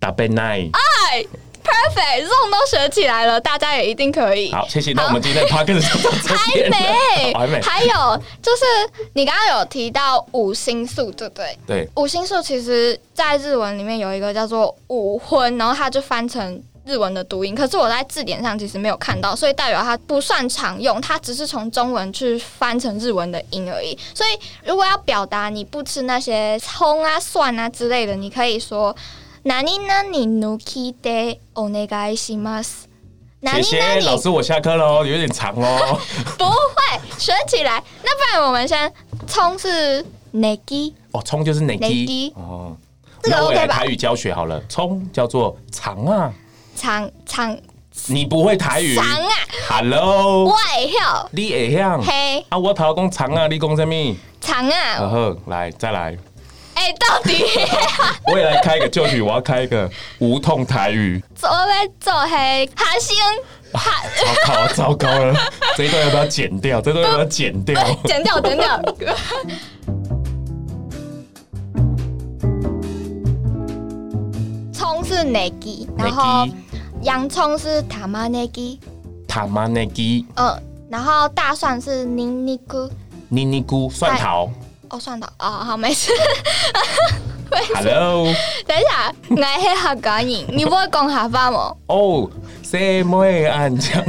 Speaker 1: 塔贝奈。
Speaker 2: 哎，perfect，这种都学起来了，大家也一定可以。
Speaker 1: 好，谢谢。那我们今天的 podcast 就到这
Speaker 2: 还
Speaker 1: 边了。
Speaker 2: 没
Speaker 1: 哦还没，
Speaker 2: 还有就是你刚刚有提到五星素，对不对？
Speaker 1: 对，
Speaker 2: 五星素其实在日文里面有一个叫做五荤，然后它就翻成日文的读音，可是我在字典上其实没有看到，所以代表它不算常用，它只是从中文去翻成日文的音而已。所以如果要表达你不吃那些葱啊、蒜啊之类的，你可以说“何々抜きでお願いします”。
Speaker 1: 谢谢老师，我下课喽，有点长哦。
Speaker 2: 不会学起来，那不然我们先葱是 negi
Speaker 1: 哦，葱就是 n i k
Speaker 2: Nike
Speaker 1: 哦，
Speaker 2: 这个
Speaker 1: 那我也来
Speaker 2: OK 吧
Speaker 1: 台语教学好了，葱叫做长啊，
Speaker 2: 长长
Speaker 1: 你不会台语
Speaker 2: 长啊，
Speaker 1: ？Hello，
Speaker 2: 我也晓
Speaker 1: 你会样
Speaker 2: 嘿
Speaker 1: 啊？我头讲长啊，你讲什么？
Speaker 2: 长啊，
Speaker 1: 呵呵，来再来，
Speaker 2: 哎、到底
Speaker 1: 我也来开一个旧曲，我要开一个无痛台语。
Speaker 2: 做要做黑哈星汗，
Speaker 1: 糟糕，糟糕了，这一段要不要剪掉？这段要不要剪掉？
Speaker 2: 剪掉，剪掉。 葱是 negi，然后洋葱是 tamanegi，
Speaker 1: 塔玛内基
Speaker 2: 嗯，然后大蒜是 niniku，
Speaker 1: 妮妮菇蒜头
Speaker 2: 哦，算了，哦，好，没事。 哎
Speaker 1: ，Hello，
Speaker 2: 等一下，我是客家人，你不会讲客 家吗？
Speaker 1: 哦，啊什么安江？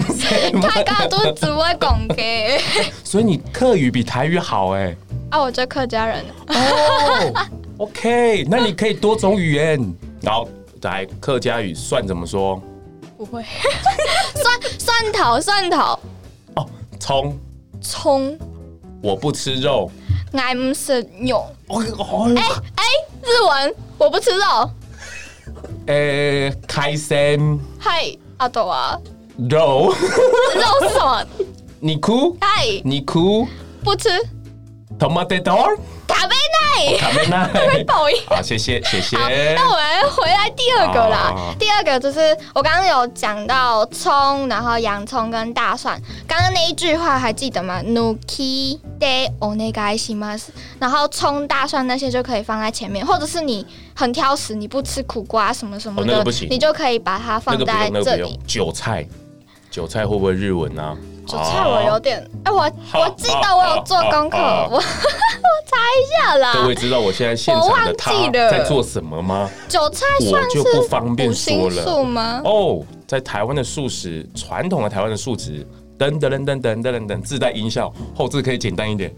Speaker 2: 客家都只会讲嘅。
Speaker 1: 所以你客语比台语好哎。
Speaker 2: 啊，我就客家人。
Speaker 1: 哦 ，OK，那你可以多种语言。好，来客家语蒜怎么说？
Speaker 2: 不 会。蒜蒜头蒜头
Speaker 1: 哦，葱，
Speaker 2: 葱，
Speaker 1: 我不吃肉。
Speaker 2: 我唔食肉。
Speaker 1: 哦哦哟，
Speaker 2: 哎、日文我不吃肉。
Speaker 1: 诶、哎开心
Speaker 2: 嗨，阿斗啊，
Speaker 1: 肉，
Speaker 2: 肉是什么？
Speaker 1: 你哭，
Speaker 2: 嗨，
Speaker 1: 你哭
Speaker 2: 不吃。
Speaker 1: ，tomato door，
Speaker 2: 卡贝 奈，
Speaker 1: 卡梅奈。
Speaker 2: 报应。
Speaker 1: 好，谢谢，谢谢。
Speaker 2: 好，那我们回来第二个啦。
Speaker 1: 哎好
Speaker 2: 第二个就是我刚刚有讲到葱，然后洋葱跟大蒜。刚刚那一句话还记得吗？Nuki de onegai shimas。然后葱、大蒜那些就可以放在前面，或者是你很挑食，你不吃苦瓜什么什么
Speaker 1: 哦那
Speaker 2: 的，
Speaker 1: 个不行
Speaker 2: 你就可以把它
Speaker 1: 那
Speaker 2: 放
Speaker 1: 个不
Speaker 2: 在
Speaker 1: 用，那
Speaker 2: 这
Speaker 1: 个不
Speaker 2: 里。
Speaker 1: 用。韭菜，韭菜会不会日文啊？
Speaker 2: 韭菜我有
Speaker 1: 哦
Speaker 2: 点，哎、我
Speaker 1: 好
Speaker 2: 我记得我有做功课，
Speaker 1: 好好好
Speaker 2: 我 我查一下啦。
Speaker 1: 各位知道我现在现
Speaker 2: 我
Speaker 1: 场
Speaker 2: 忘
Speaker 1: 的
Speaker 2: 记
Speaker 1: 他
Speaker 2: 了
Speaker 1: 在做什么吗？
Speaker 2: 韭菜
Speaker 1: 我
Speaker 2: 算
Speaker 1: 就不
Speaker 2: 是
Speaker 1: 方便
Speaker 2: 五
Speaker 1: 说
Speaker 2: 星素
Speaker 1: 了。
Speaker 2: 吗？
Speaker 1: 哦，在台湾的素食，传统的台湾的素食，等等等等等等等等，自带音效，后置可以简单一点。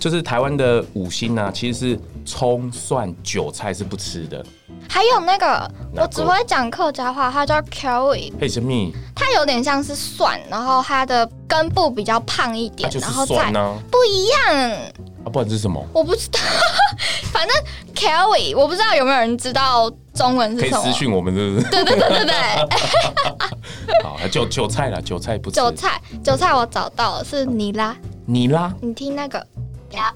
Speaker 1: 就是台湾的五星呢、其实是葱、蒜、韭菜是不吃的。
Speaker 2: 还有那个，
Speaker 1: 哪个
Speaker 2: 我只会讲客家话，它叫 curry，
Speaker 1: 嘿，什么？
Speaker 2: 它有点像是蒜，然后它的根部比较胖一
Speaker 1: 它
Speaker 2: 点，
Speaker 1: 就是
Speaker 2: 然后再
Speaker 1: 蒜啊，
Speaker 2: 不一样，
Speaker 1: 啊，不然是什么？
Speaker 2: 我不知道， 反正 curry 我不知道有没有人知道中文
Speaker 1: 可
Speaker 2: 是
Speaker 1: 以
Speaker 2: 什么
Speaker 1: 私，讯我们，是不是？
Speaker 2: 对对对对对，
Speaker 1: 好，韭韭菜啦，韭菜不吃。
Speaker 2: 韭菜韭菜我找到了是你啦，
Speaker 1: 你啦，
Speaker 2: 你听那个呀，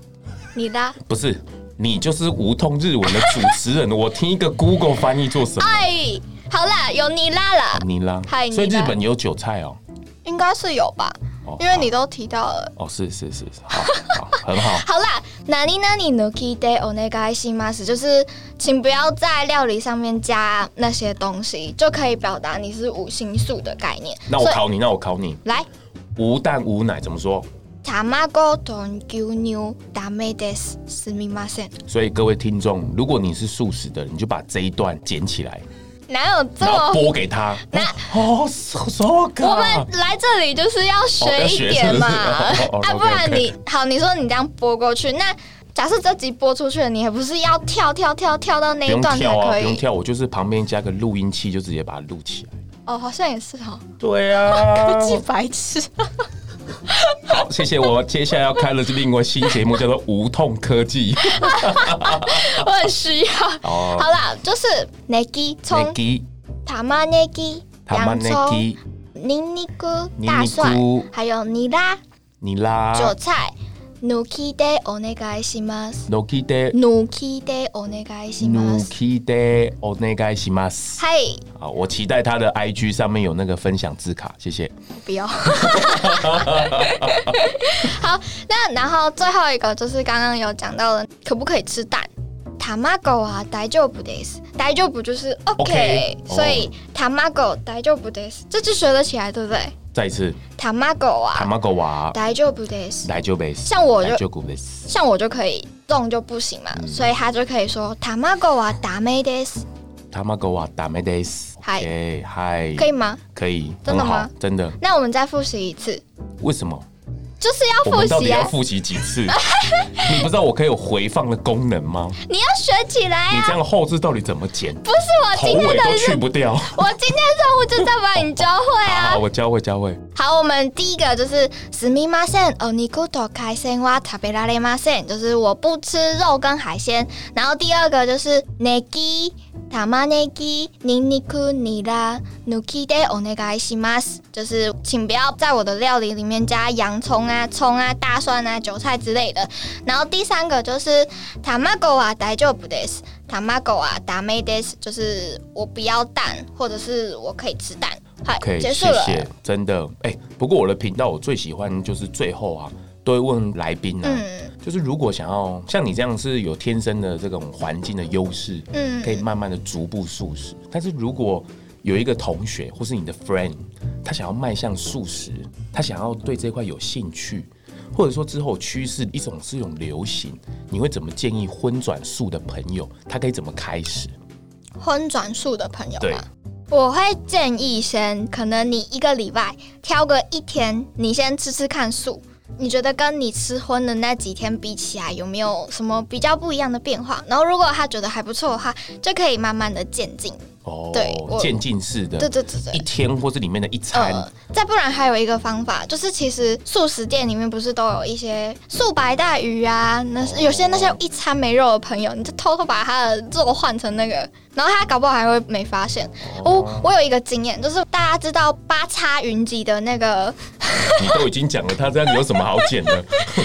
Speaker 2: 你啦，
Speaker 1: 不是，你就是无痛日文的主持人。我听一个 Google 翻译做什么？
Speaker 2: 哎，好啦，有你啦啦，
Speaker 1: 你啦
Speaker 2: 啊嗨，
Speaker 1: 所以
Speaker 2: 你啦
Speaker 1: 日本有韭菜哦。
Speaker 2: 应该是有吧，
Speaker 1: 哦
Speaker 2: 因为你都提到了。
Speaker 1: 哦，是是是，是好，好，很 好。
Speaker 2: 好啦，哪里哪里 nuki de onegai s m a s 就是请不要在料理上面加那些东西，就可以表达你是五星素的概念。
Speaker 1: 那我
Speaker 2: 所以
Speaker 1: 考你，那我考你，
Speaker 2: 来
Speaker 1: 无蛋无奶怎么说？
Speaker 2: ，tamago don gu new dame des sumimasen，
Speaker 1: 所以各位听众，如果你是素食的，你就把这一段捡起来，
Speaker 2: 哪有这
Speaker 1: 然后
Speaker 2: 么？
Speaker 1: 播给他。
Speaker 2: 那
Speaker 1: 哦，so so
Speaker 2: 我们来这里就是要学一点嘛，
Speaker 1: 哦要学是不是哦哦
Speaker 2: 啊，
Speaker 1: OK，
Speaker 2: 不然
Speaker 1: OK
Speaker 2: 你好，你说你这样播过去，那假设这集播出去了，你还不是要跳跳跳跳到
Speaker 1: 不
Speaker 2: 那一
Speaker 1: 用
Speaker 2: 段才
Speaker 1: 跳啊，
Speaker 2: 可
Speaker 1: 不用
Speaker 2: 以？
Speaker 1: 跳，我就是旁边加个录音器，就直接把它录起来。
Speaker 2: 哦，好像也是哦，
Speaker 1: 对 啊，
Speaker 2: 记白痴。
Speaker 1: 好，谢谢。我接下来要开的是另外新节目，叫做《无痛科技》
Speaker 2: 我很需要。
Speaker 1: 哦。
Speaker 2: 好啦，就是 negi 葱、
Speaker 1: Negi、
Speaker 2: 塔玛 negi、
Speaker 1: 塔玛
Speaker 2: 洋
Speaker 1: 内
Speaker 2: 葱、
Speaker 1: 基、
Speaker 2: 尼尼菇、
Speaker 1: 尼
Speaker 2: 大
Speaker 1: 尼
Speaker 2: 蒜，
Speaker 1: 菇、
Speaker 2: 还有尼拉、
Speaker 1: 尼拉、
Speaker 2: 韭菜。nuki de onegai shimas。
Speaker 1: Noki de、
Speaker 2: nuki de onegai shimas。
Speaker 1: Noki de Onegai s m a s
Speaker 2: 嗨，
Speaker 1: 好，我期待他的 IG 上面有那个分享字卡，谢谢。
Speaker 2: 不要。 好，那然后最后一个就是刚刚有讲到的，可不可以吃蛋？卵啊，大丈夫です。大丈夫就是 OK，,
Speaker 1: OK，
Speaker 2: 所以卵大丈夫です。这句学得起来，对不对？
Speaker 1: 再一次，
Speaker 2: 卵啊，
Speaker 1: 塔玛狗娃
Speaker 2: 大丈夫です。
Speaker 1: 来就 base，
Speaker 2: 像我
Speaker 1: 来
Speaker 2: 就
Speaker 1: 就 good base。
Speaker 2: 像我就可以动就不行嘛，
Speaker 1: 嗯
Speaker 2: 所以他就可以说卵はダメです，
Speaker 1: 塔玛狗娃打没 days，
Speaker 2: 嗨
Speaker 1: 嗨，
Speaker 2: 可以吗？
Speaker 1: 可以，
Speaker 2: 真的
Speaker 1: 很好
Speaker 2: 吗？
Speaker 1: 真的？
Speaker 2: 那我们再复习一次，
Speaker 1: 为什么？
Speaker 2: 就是
Speaker 1: 我
Speaker 2: 要复
Speaker 1: 们到底
Speaker 2: 习
Speaker 1: 要
Speaker 2: 啊，
Speaker 1: 复习几次？你不知道我可以有回放的功能吗？
Speaker 2: 你要学起来
Speaker 1: 你
Speaker 2: 啊！
Speaker 1: 这样后置到底怎么剪？
Speaker 2: 不是我
Speaker 1: 头
Speaker 2: 啊今天
Speaker 1: 尾
Speaker 2: 的
Speaker 1: 都去
Speaker 2: 任，
Speaker 1: 不掉。
Speaker 2: 我今天任务就在把你教会
Speaker 1: 好
Speaker 2: 啊
Speaker 1: 好，。我教会教会。
Speaker 2: 好，我们第一个就是すみません、お肉と海鮮は食べられません，就是我不吃肉跟海鲜。然后第二个就是ネギ、玉ねぎ、ニンニク、ニラ、抜きでお願いします，就是请不要在我的料理里面加洋葱啊、葱啊、大蒜啊、韭菜之类的。然后第三个就是卵は大丈夫です。啊卵はダメです，就是我不要蛋，或者是我可以吃蛋。好
Speaker 1: OK，
Speaker 2: 结束
Speaker 1: 谢
Speaker 2: 了。
Speaker 1: 谢，真的。哎、不过我的频道我最喜欢就是最后啊，都会问来宾啊，
Speaker 2: 嗯
Speaker 1: 就是如果想要像你这样是有天生的这种环境的优势，
Speaker 2: 嗯
Speaker 1: 可以慢慢的逐步素食。但是如果有一个同学或是你的 friend，他想要迈向素食，他想要对这块有兴趣，或者说之后趋势一种是一种流行，你会怎么建议荤转素的朋友，他可以怎么开始？
Speaker 2: 荤转素的朋友
Speaker 1: 对
Speaker 2: 嘛，我会建议先，可能你一个礼拜挑个一天，你先吃吃看素。你觉得跟你吃荤的那几天比起来，有没有什么比较不一样的变化？然后如果他觉得还不错的话，就可以慢慢的渐进。
Speaker 1: 哦
Speaker 2: 对我
Speaker 1: 渐进式的，
Speaker 2: 对对对对
Speaker 1: 一。天或是里面的一餐，
Speaker 2: 呃，再不然还有一个方法，就是其实素食店里面不是都有一些素白带鱼啊，那
Speaker 1: 哦
Speaker 2: 是有些那些一餐没肉的朋友，你就偷偷把他的肉换成那个，然后他搞不好还会没发现。哦，我有一个经验，就是大家知道八叉云集的那个，
Speaker 1: 你都已经讲了，他这样有什么好剪的？
Speaker 2: 反正就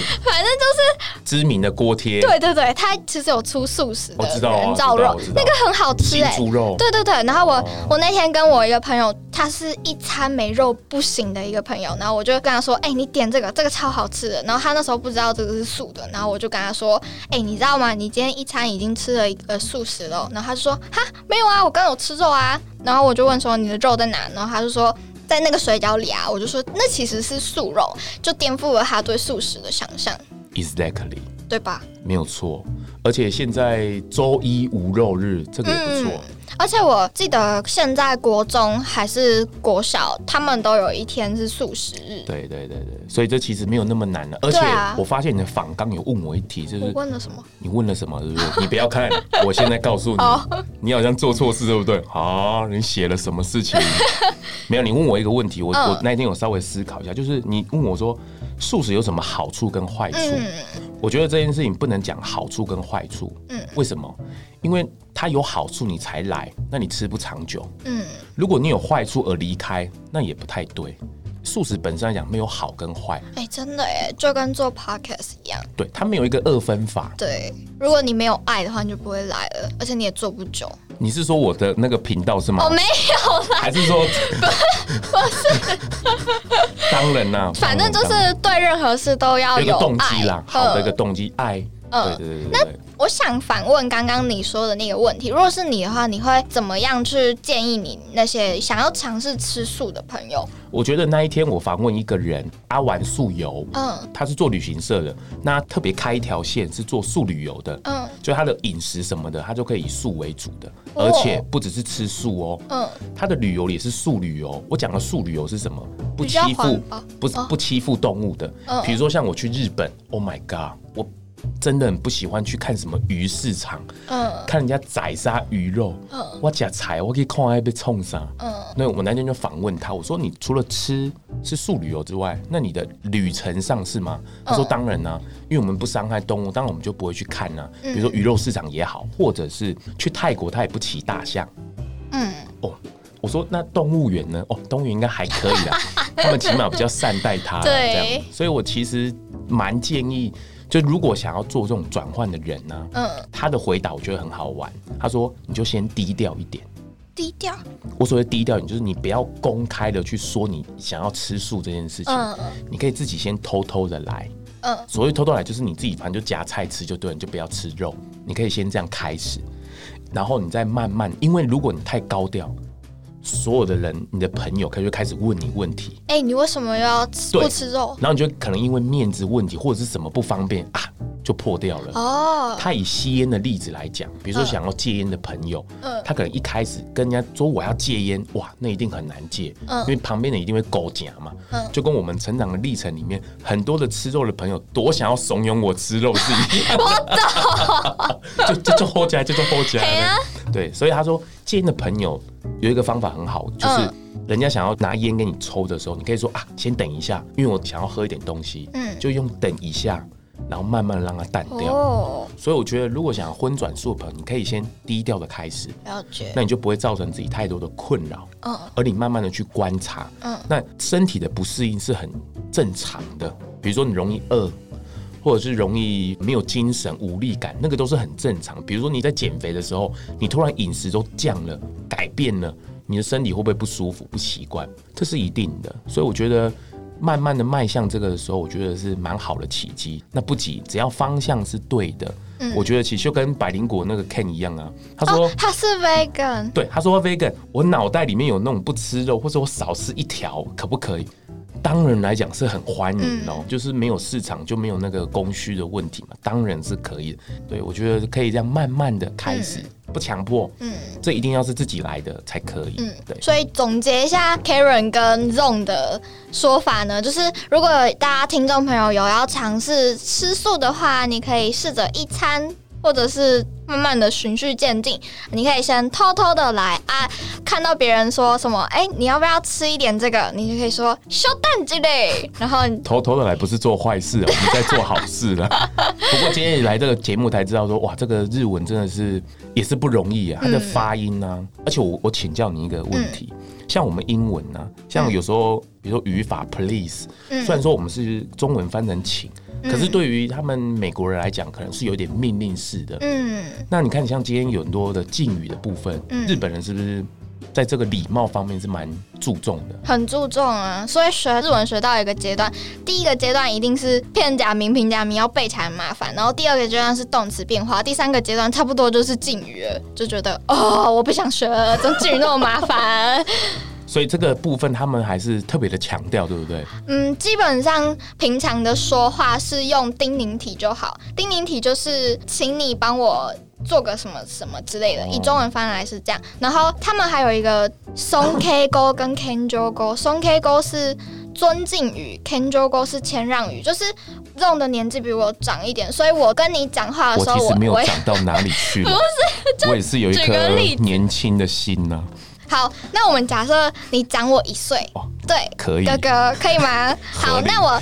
Speaker 2: 是
Speaker 1: 知名的锅贴，
Speaker 2: 对对对，他其实有出素食
Speaker 1: 我
Speaker 2: 的
Speaker 1: 知道啊，
Speaker 2: 人
Speaker 1: 我知道
Speaker 2: 造肉
Speaker 1: 我，知道
Speaker 2: 那个很好吃
Speaker 1: 金
Speaker 2: 哎、
Speaker 1: 猪肉，
Speaker 2: 对对对，然后我、
Speaker 1: 哦
Speaker 2: 我那天跟我一个朋友，他是一餐没肉不行的一个朋友，然后我就跟他说，哎、你点这个，这个超好吃的。然后他那时候不知道这个是素的，然后我就跟他说，哎、你知道吗？你今天一餐已经吃了一个素食了哦。然后他就说，哈，没有啊，我刚有吃肉啊。然后我就问说，你的肉在哪？然后他就说。在那个水饺里啊，我就说那其实是素肉，就颠覆了他对素食的想象，
Speaker 1: ，exactly，
Speaker 2: 对吧？
Speaker 1: 没有错。而且现在周一无肉日，这个也不错。
Speaker 2: 而且我记得现在国中还是国小，他们都有一天是素食日。
Speaker 1: 对对对对，所以这其实没有那么难了。而且
Speaker 2: 对啊
Speaker 1: 我发现你的访刚有问我一题，就
Speaker 2: 我
Speaker 1: 是
Speaker 2: 问了什么？
Speaker 1: 你问了什么，对不对？你不要看，我现在告 诉你
Speaker 2: 哦，
Speaker 1: 你好像做错事，对不对？好，你写了什么事 情？没有，你问我一个问题，我
Speaker 2: 嗯
Speaker 1: 我那天有稍微思考一下，就是你问我说素食有什么好处跟坏处？
Speaker 2: 嗯
Speaker 1: 我觉得这件事情不能讲好处跟坏处，
Speaker 2: 嗯
Speaker 1: 为什么？因为它有好处你才来，那你吃不长久。
Speaker 2: 嗯，
Speaker 1: 如果你有坏处而离开，那也不太对。素食本身来讲没有好跟坏，
Speaker 2: 哎、真的哎，就跟做 podcast 一样。
Speaker 1: 对它没有一个二分法。
Speaker 2: 对，如果你没有爱的话，你就不会来了，而且你也做不久。
Speaker 1: 你是说我的那个频道是吗？
Speaker 2: 我、没有啦，
Speaker 1: 还是说，当然啦，
Speaker 2: 反正就
Speaker 1: 当然
Speaker 2: 是对任何事都要
Speaker 1: 有一个
Speaker 2: 有
Speaker 1: 动
Speaker 2: 爱
Speaker 1: 机啦，好的一个
Speaker 2: 嗯
Speaker 1: 动机，爱。对
Speaker 2: 嗯
Speaker 1: 对对对对，
Speaker 2: 我想反问刚刚你说的那个问题，如果是你的话，你会怎么样去建议你那些想要尝试吃素的朋友？
Speaker 1: 我觉得那一天我访问一个人，阿玩素游，
Speaker 2: 嗯
Speaker 1: 他是做旅行社的，那特别开一条线是做素旅游的，
Speaker 2: 嗯
Speaker 1: 就他的饮食什么的，他就可以以素为主的，
Speaker 2: 哦
Speaker 1: 而且不只是吃素哦，
Speaker 2: 嗯，
Speaker 1: 他的旅游也是素旅游。我讲的素旅游是什么？不
Speaker 2: 比
Speaker 1: 欺
Speaker 2: 较
Speaker 1: 负
Speaker 2: 环保，
Speaker 1: 不是
Speaker 2: 哦
Speaker 1: 不欺负动物的
Speaker 2: 嗯。
Speaker 1: 比如说像我去日本，Oh my god，我真的很不喜欢去看什么鱼市场，
Speaker 2: 嗯
Speaker 1: 看人家宰杀鱼肉
Speaker 2: 嗯，
Speaker 1: 我假踩，我可以看爱被冲杀。
Speaker 2: 嗯
Speaker 1: 那我那天就访问他，我说你除了吃是素旅游之外，那你的旅程上是吗？
Speaker 2: 哦
Speaker 1: 他说当然啦、啊因为我们不伤害动物，当然我们就不会去看呐、
Speaker 2: 嗯
Speaker 1: 比如说鱼肉市场也好，或者是去泰国，他也不骑大象
Speaker 2: 嗯，
Speaker 1: 哦。我说那动物园呢？哦，动物园应该还可以啦，他们起码比较善待它啦。
Speaker 2: 对
Speaker 1: 这样，所以我其实蛮建议，就如果想要做这种转换的人呢、
Speaker 2: 嗯，
Speaker 1: 他的回答我觉得很好玩。他说你就先低调一点。
Speaker 2: 低调。
Speaker 1: 我所谓低调，你就是你不要公开的去说你想要吃素这件事情，
Speaker 2: 嗯
Speaker 1: 你可以自己先偷偷的来。
Speaker 2: 嗯
Speaker 1: 所谓偷偷来，就是你自己反正就夹菜吃就对了，你就不要吃肉。你可以先这样开始，然后你再慢慢，因为如果你太高调，所有的人，你的朋友可以就开始问你问题，
Speaker 2: 哎、你为什么要吃
Speaker 1: 对
Speaker 2: 不吃肉？
Speaker 1: 然后你就可能因为面子问题或者是什么不方便啊，就破掉了。
Speaker 2: 哦，
Speaker 1: 他以吸烟的例子来讲，比如说想要戒烟的朋友，
Speaker 2: 嗯
Speaker 1: 他可能一开始跟人家说我要戒烟，哇，那一定很难戒，
Speaker 2: 嗯
Speaker 1: 因为旁边的一定会勾夹嘛。
Speaker 2: 嗯
Speaker 1: 就跟我们成长的历程里面，很多的吃肉的朋友多想要怂恿我吃肉是一 样 的，就就就吼起来，就就吼起来
Speaker 2: 嘿啊
Speaker 1: 对，所以他说戒烟的朋友有一个方法很好，就是
Speaker 2: 嗯
Speaker 1: 人家想要拿烟给你抽的时候，你可以说啊，先等一下，因为我想要喝一点东西，
Speaker 2: 嗯
Speaker 1: 就用等一下，然后慢慢地让它淡掉。
Speaker 2: 哦，
Speaker 1: 所以我觉得，如果想荤转素的朋友，你可以先低调的开始，
Speaker 2: 了解。
Speaker 1: 那你就不会造成自己太多的困扰，
Speaker 2: 嗯
Speaker 1: 而你慢慢的去观察，
Speaker 2: 嗯
Speaker 1: 那身体的不适应是很正常的，比如说你容易饿。或者是容易没有精神、无力感，那个都是很正常。比如说你在减肥的时候，你突然饮食都降了、改变了，你的身体会不会不舒服、不习惯，这是一定的。所以我觉得。慢慢的迈向这个的时候，我觉得是蛮好的契机。那不急，只要方向是对的，我觉得其实就跟百灵果那个 Ken 一样啊。他说，
Speaker 2: 嗯哦，他是 vegan，
Speaker 1: 对，他说 vegan，我脑袋里面有那种不吃肉，或者我少吃一条，可不可以？当然来讲是很欢迎哦，就是没有市场就没有那个供需的问题嘛，当然是可以的。对我觉得可以这样慢慢的开始，不强迫，嗯，这一定要是自己来的才可以，对。
Speaker 2: 嗯所以总结一下 Karen 跟 Zong 的说法呢，就是如果大家听众朋友有要尝试吃素的话，你可以试着一餐。或者是慢慢的循序渐进，你可以先偷偷的来啊，看到别人说什么，哎、你要不要吃一点这个？你就可以说修蛋之类，然后你
Speaker 1: 偷偷的来不是做坏事、啊，我们在做好事了。不过今天你来这个节目才知道说，哇，这个日文真的是也是不容易啊，它的发音啊。而且我我请教你一个问题，像我们英文啊，像有时候比如说语法 please，、虽
Speaker 2: 嗯
Speaker 1: 然说我们是中文翻成请，可是对于他们美国人来讲，可能是有点命令式的。
Speaker 2: 嗯，
Speaker 1: 那你看，像今天有很多的敬语的部分，日本人是不是在这个礼貌方面是蛮注重的？
Speaker 2: 很注重啊。所以学日文学到一个阶段，第一个阶段一定是片假名、平假名要背起来很麻烦，然后第二个阶段是动词变化，第三个阶段差不多就是敬语了，就觉得哦，我不想学了，怎么敬语那么麻烦？
Speaker 1: 所以这个部分他们还是特别的强调，对不对？
Speaker 2: 嗯，基本上平常的说话是用叮咛体就好，叮咛体就是请你帮我做个什么什么之类的，
Speaker 1: 哦
Speaker 2: 以中文翻来是这样。然后他们还有一个 松 K 勾跟 Kenjo 勾，松 K 勾是。尊敬语，Kenjo 勾是谦让语，就是这种的年纪比我长一点，所以我跟你讲话的
Speaker 1: 我
Speaker 2: 时候，
Speaker 1: 其
Speaker 2: 我
Speaker 1: 实没有
Speaker 2: 我也
Speaker 1: 长到哪里去了，我也是有一
Speaker 2: 举个
Speaker 1: 颗
Speaker 2: 例子
Speaker 1: 年轻的心呐、
Speaker 2: 好，那我们假设你长我一岁，
Speaker 1: 哦
Speaker 2: 对，
Speaker 1: 可以
Speaker 2: 哥哥可以 吗？
Speaker 1: 合
Speaker 2: 好，
Speaker 1: 理
Speaker 2: 那我。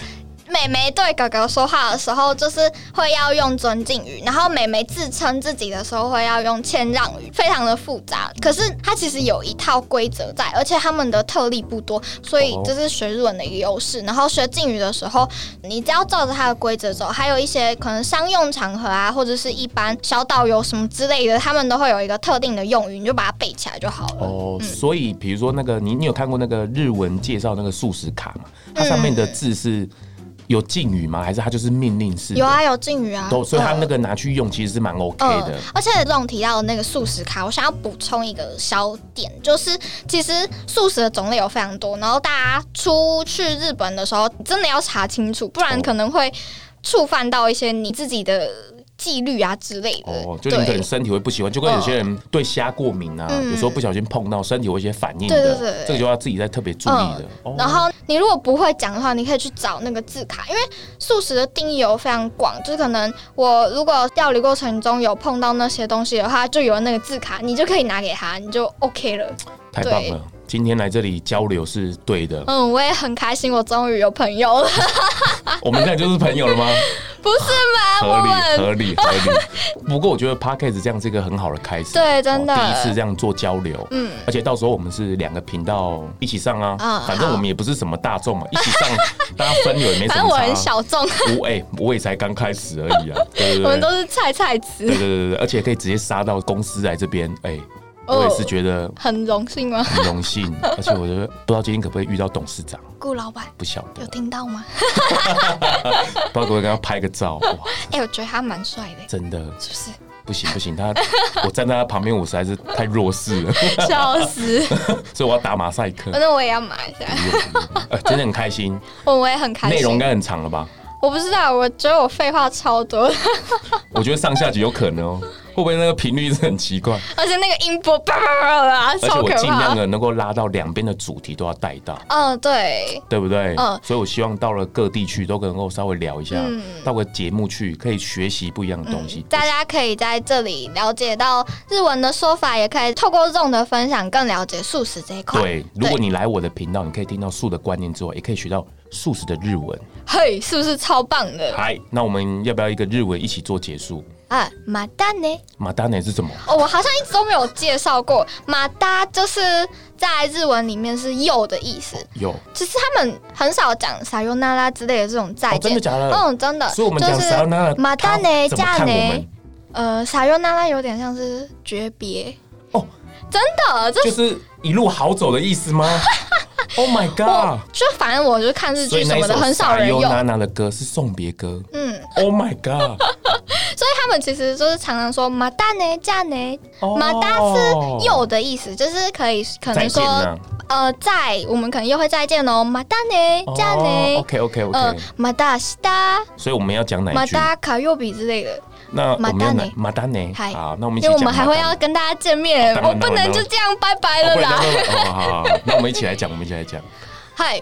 Speaker 2: 妹妹对哥哥说话的时候，就是会要用尊敬语，然后妹妹自称自己的时候会要用谦让语，非常的复杂。可是它其实有一套规则在，而且他们的特例不多，所以
Speaker 1: 哦
Speaker 2: 这是学日文的一个优势。然后学敬语的时候，你只要照着它的规则走，还有一些可能商用场合啊，或者是一般小导游什么之类的，他们都会有一个特定的用语，你就把它背起来就好了。
Speaker 1: 哦，所以比如说那个你你有看过那个日文介绍那个素食卡嘛？
Speaker 2: 嗯
Speaker 1: 它上面的字是有敬语吗？还是它就是命令式的？
Speaker 2: 有啊，有敬语啊，
Speaker 1: 都所以它
Speaker 2: 嗯
Speaker 1: 那个拿去用其实是蛮 OK
Speaker 2: 嗯
Speaker 1: 的。
Speaker 2: 而且这种提到的那个素食卡，我想要补充一个小点，就是其实素食的种类有非常多，然后大家出去日本的时候，真的要查清楚，不然
Speaker 1: 哦
Speaker 2: 可能会触犯到一些你自己的纪律啊之类的。
Speaker 1: 哦，就
Speaker 2: 对
Speaker 1: 你可能身体会不喜欢，就跟有些人对虾过敏啊，
Speaker 2: 嗯
Speaker 1: 有时候不小心碰到身体有一些反应
Speaker 2: 对
Speaker 1: 的，
Speaker 2: 对对嗯
Speaker 1: 这个就要自己再特别注意的。哦
Speaker 2: 然后你如果不会讲的话，你可以去找那个字卡，因为素食的定义有非常广，就是可能我如果料理过程中有碰到那些东西的话，就有那个字卡，你就可以拿给他，你就 OK 了。
Speaker 1: 太棒
Speaker 2: 对
Speaker 1: 了，今天来这里交流是对的，
Speaker 2: 嗯，我也很开心，我终于有朋友了， 啊
Speaker 1: 我们现在就是朋友了 吗？
Speaker 2: 不是 吗？我
Speaker 1: 合理
Speaker 2: 们
Speaker 1: 合 理合理。不过我觉得 podcast 这样是一个很好的开始，
Speaker 2: 对真的
Speaker 1: 哦第一次这样做交流，
Speaker 2: 嗯
Speaker 1: 嗯，而且到时候我们是两个频道一起上
Speaker 2: 嗯
Speaker 1: 啊，反正我们也不是什么大众嘛，一起上 大家分流也没
Speaker 2: 反
Speaker 1: 什
Speaker 2: 正我
Speaker 1: 么
Speaker 2: 很
Speaker 1: 差啊。
Speaker 2: 小众，
Speaker 1: 我哎，我也才刚开始而已啊，对对
Speaker 2: 我
Speaker 1: 对
Speaker 2: 们都。是菜菜子
Speaker 1: 对对，对对，而且可以直接杀到公司来这边，哎、我也是觉得
Speaker 2: 很荣幸吗？
Speaker 1: 很荣幸，
Speaker 2: 哦
Speaker 1: 而且我觉得不知道今天可不可以遇到董事长，
Speaker 2: 顾老板
Speaker 1: 不晓
Speaker 2: 有
Speaker 1: 得，
Speaker 2: 听到吗？
Speaker 1: 不知道可不可以跟他拍个照，哇，
Speaker 2: 哎、我觉得他蛮帅的，
Speaker 1: 真的
Speaker 2: 是不
Speaker 1: 不行不行，他我站在他旁边，我实在是太弱势了。
Speaker 2: 是？笑 死！
Speaker 1: 所以我要打马赛克。
Speaker 2: 反正我也要买一下，
Speaker 1: 呃，真的很开心，
Speaker 2: 我我也很开
Speaker 1: 内容应
Speaker 2: 心。
Speaker 1: 该很长了吧？
Speaker 2: 我不知道，我觉得我废话超多，
Speaker 1: 我觉得上下集有可能哦，会不会那个频率是很奇怪？
Speaker 2: 而且那个音波叭叭叭叭，
Speaker 1: 而且
Speaker 2: 超
Speaker 1: 我
Speaker 2: 可
Speaker 1: 尽量
Speaker 2: 怕。
Speaker 1: 的能够拉到两边的主题都要带到，
Speaker 2: 嗯，对，
Speaker 1: 对不对？
Speaker 2: 嗯
Speaker 1: 所以我希望到了各地去都能够稍微聊一下，
Speaker 2: 嗯
Speaker 1: 到个节目去可以学习不一样的东西。
Speaker 2: 大家可以在这里了解到日文的说法，也可以透过这种的分享更了解素食这一块。
Speaker 1: 对，如果你来我的频道，你可以听到素的观念之外，也可以学到素食的日文。
Speaker 2: 嘿，是不是超棒的？
Speaker 1: 嗨，那我们要不要一个日文一起做结束？
Speaker 2: 啊，马达呢？
Speaker 1: 马达奶是什么？
Speaker 2: 哦，我好像一直都没有介绍过，马达就是在日文里面是“又”的意思。
Speaker 1: 有，
Speaker 2: 其实他们很少讲“撒尤那拉”之类的这种再
Speaker 1: 哦，真
Speaker 2: 见。
Speaker 1: 的假的？
Speaker 2: 嗯，真的。
Speaker 1: 所以我们讲
Speaker 2: 就是
Speaker 1: 撒那拉，
Speaker 2: 马
Speaker 1: 他
Speaker 2: 达呢，
Speaker 1: 怎么
Speaker 2: 嫁
Speaker 1: 看我们
Speaker 2: 呢？呃，撒尤那拉有点像是诀别。
Speaker 1: 哦，
Speaker 2: 真的， 这
Speaker 1: 就是一路好走的意思 吗？Oh my
Speaker 2: 我
Speaker 1: god！
Speaker 2: 就反正我就看日剧什么的，很少人用。
Speaker 1: 娜娜的歌是送别歌。
Speaker 2: 嗯，
Speaker 1: Oh my god！
Speaker 2: 所以他们其实就是常常说“马大呢，嫁呢”，
Speaker 1: 哦
Speaker 2: 马达是又的意思，就是可以可
Speaker 1: 再
Speaker 2: 能
Speaker 1: 见啊
Speaker 2: 说
Speaker 1: 呢。
Speaker 2: 呃再，我们可能又会再见哦，马达呢，嫁呢，
Speaker 1: OK OK
Speaker 2: 呃
Speaker 1: OK，，
Speaker 2: 马达西达，
Speaker 1: 哦所以我们要讲哪
Speaker 2: 马
Speaker 1: 一句？
Speaker 2: 达卡又比之类的，
Speaker 1: 那我们要哪
Speaker 2: 马达内
Speaker 1: 马达内？
Speaker 2: 嗨
Speaker 1: 好，那我们一
Speaker 2: 因
Speaker 1: 起讲。哦
Speaker 2: 为我们还会要跟大家见面，
Speaker 1: 当然
Speaker 2: 我不能就这样拜拜
Speaker 1: 哦
Speaker 2: 了
Speaker 1: 不然
Speaker 2: 啦。
Speaker 1: 那好好好，好那我们一起来讲，我们一起来 讲。
Speaker 2: 嗨，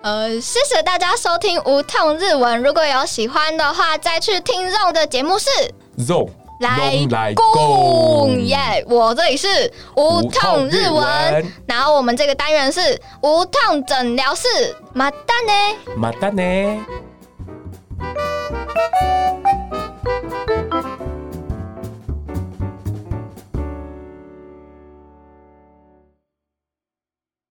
Speaker 2: 呃，谢谢大家收听无痛日文。如果有喜欢的话，再去听肉的节目是
Speaker 1: Zo 拢来
Speaker 2: 共
Speaker 1: 共
Speaker 2: 耶。我这里是无
Speaker 1: 无痛
Speaker 2: 痛日
Speaker 1: 日
Speaker 2: 文
Speaker 1: 文，
Speaker 2: 然后我们这个单元是无痛诊疗室。马丹呢？
Speaker 1: 马达内。